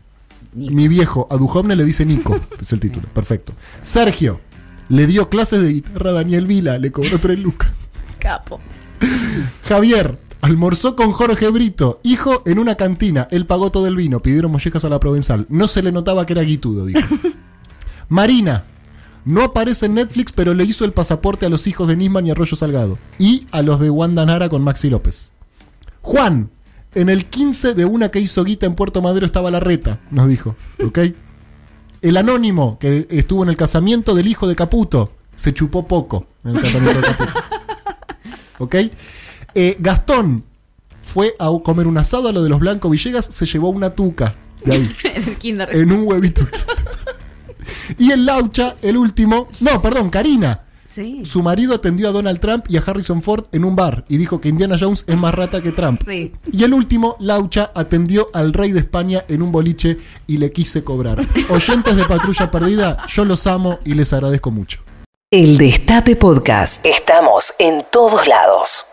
[SPEAKER 3] Mi viejo, a Dujovne le dice Nico. es el título, perfecto. Sergio, le dio clases de guitarra a Daniel Vila, le cobró tres lucas.
[SPEAKER 8] Capo.
[SPEAKER 3] Javier, Almorzó con Jorge Brito, hijo, en una cantina. Él pagó todo el vino, pidieron mollejas a la provenzal. No se le notaba que era guitudo, dijo. Marina. No aparece en Netflix, pero le hizo el pasaporte a los hijos de Nisman y Arroyo Salgado. Y a los de Wanda Nara con Maxi López. Juan. En el 15 de una que hizo guita en Puerto Madero estaba la reta, nos dijo. ¿Ok? El anónimo que estuvo en el casamiento del hijo de Caputo. Se chupó poco en el casamiento de Caputo. ¿Ok? Eh, Gastón fue a comer un asado a lo de los Blanco Villegas, se llevó una tuca de ahí,
[SPEAKER 8] en el kinder.
[SPEAKER 3] en un huevito. y el Laucha, el último. No, perdón, Karina.
[SPEAKER 8] Sí.
[SPEAKER 3] Su marido atendió a Donald Trump y a Harrison Ford en un bar y dijo que Indiana Jones es más rata que Trump.
[SPEAKER 8] Sí.
[SPEAKER 3] Y el último, Laucha, atendió al rey de España en un boliche y le quise cobrar. Oyentes de Patrulla Perdida, yo los amo y les agradezco mucho.
[SPEAKER 13] El Destape Podcast. Estamos en todos lados.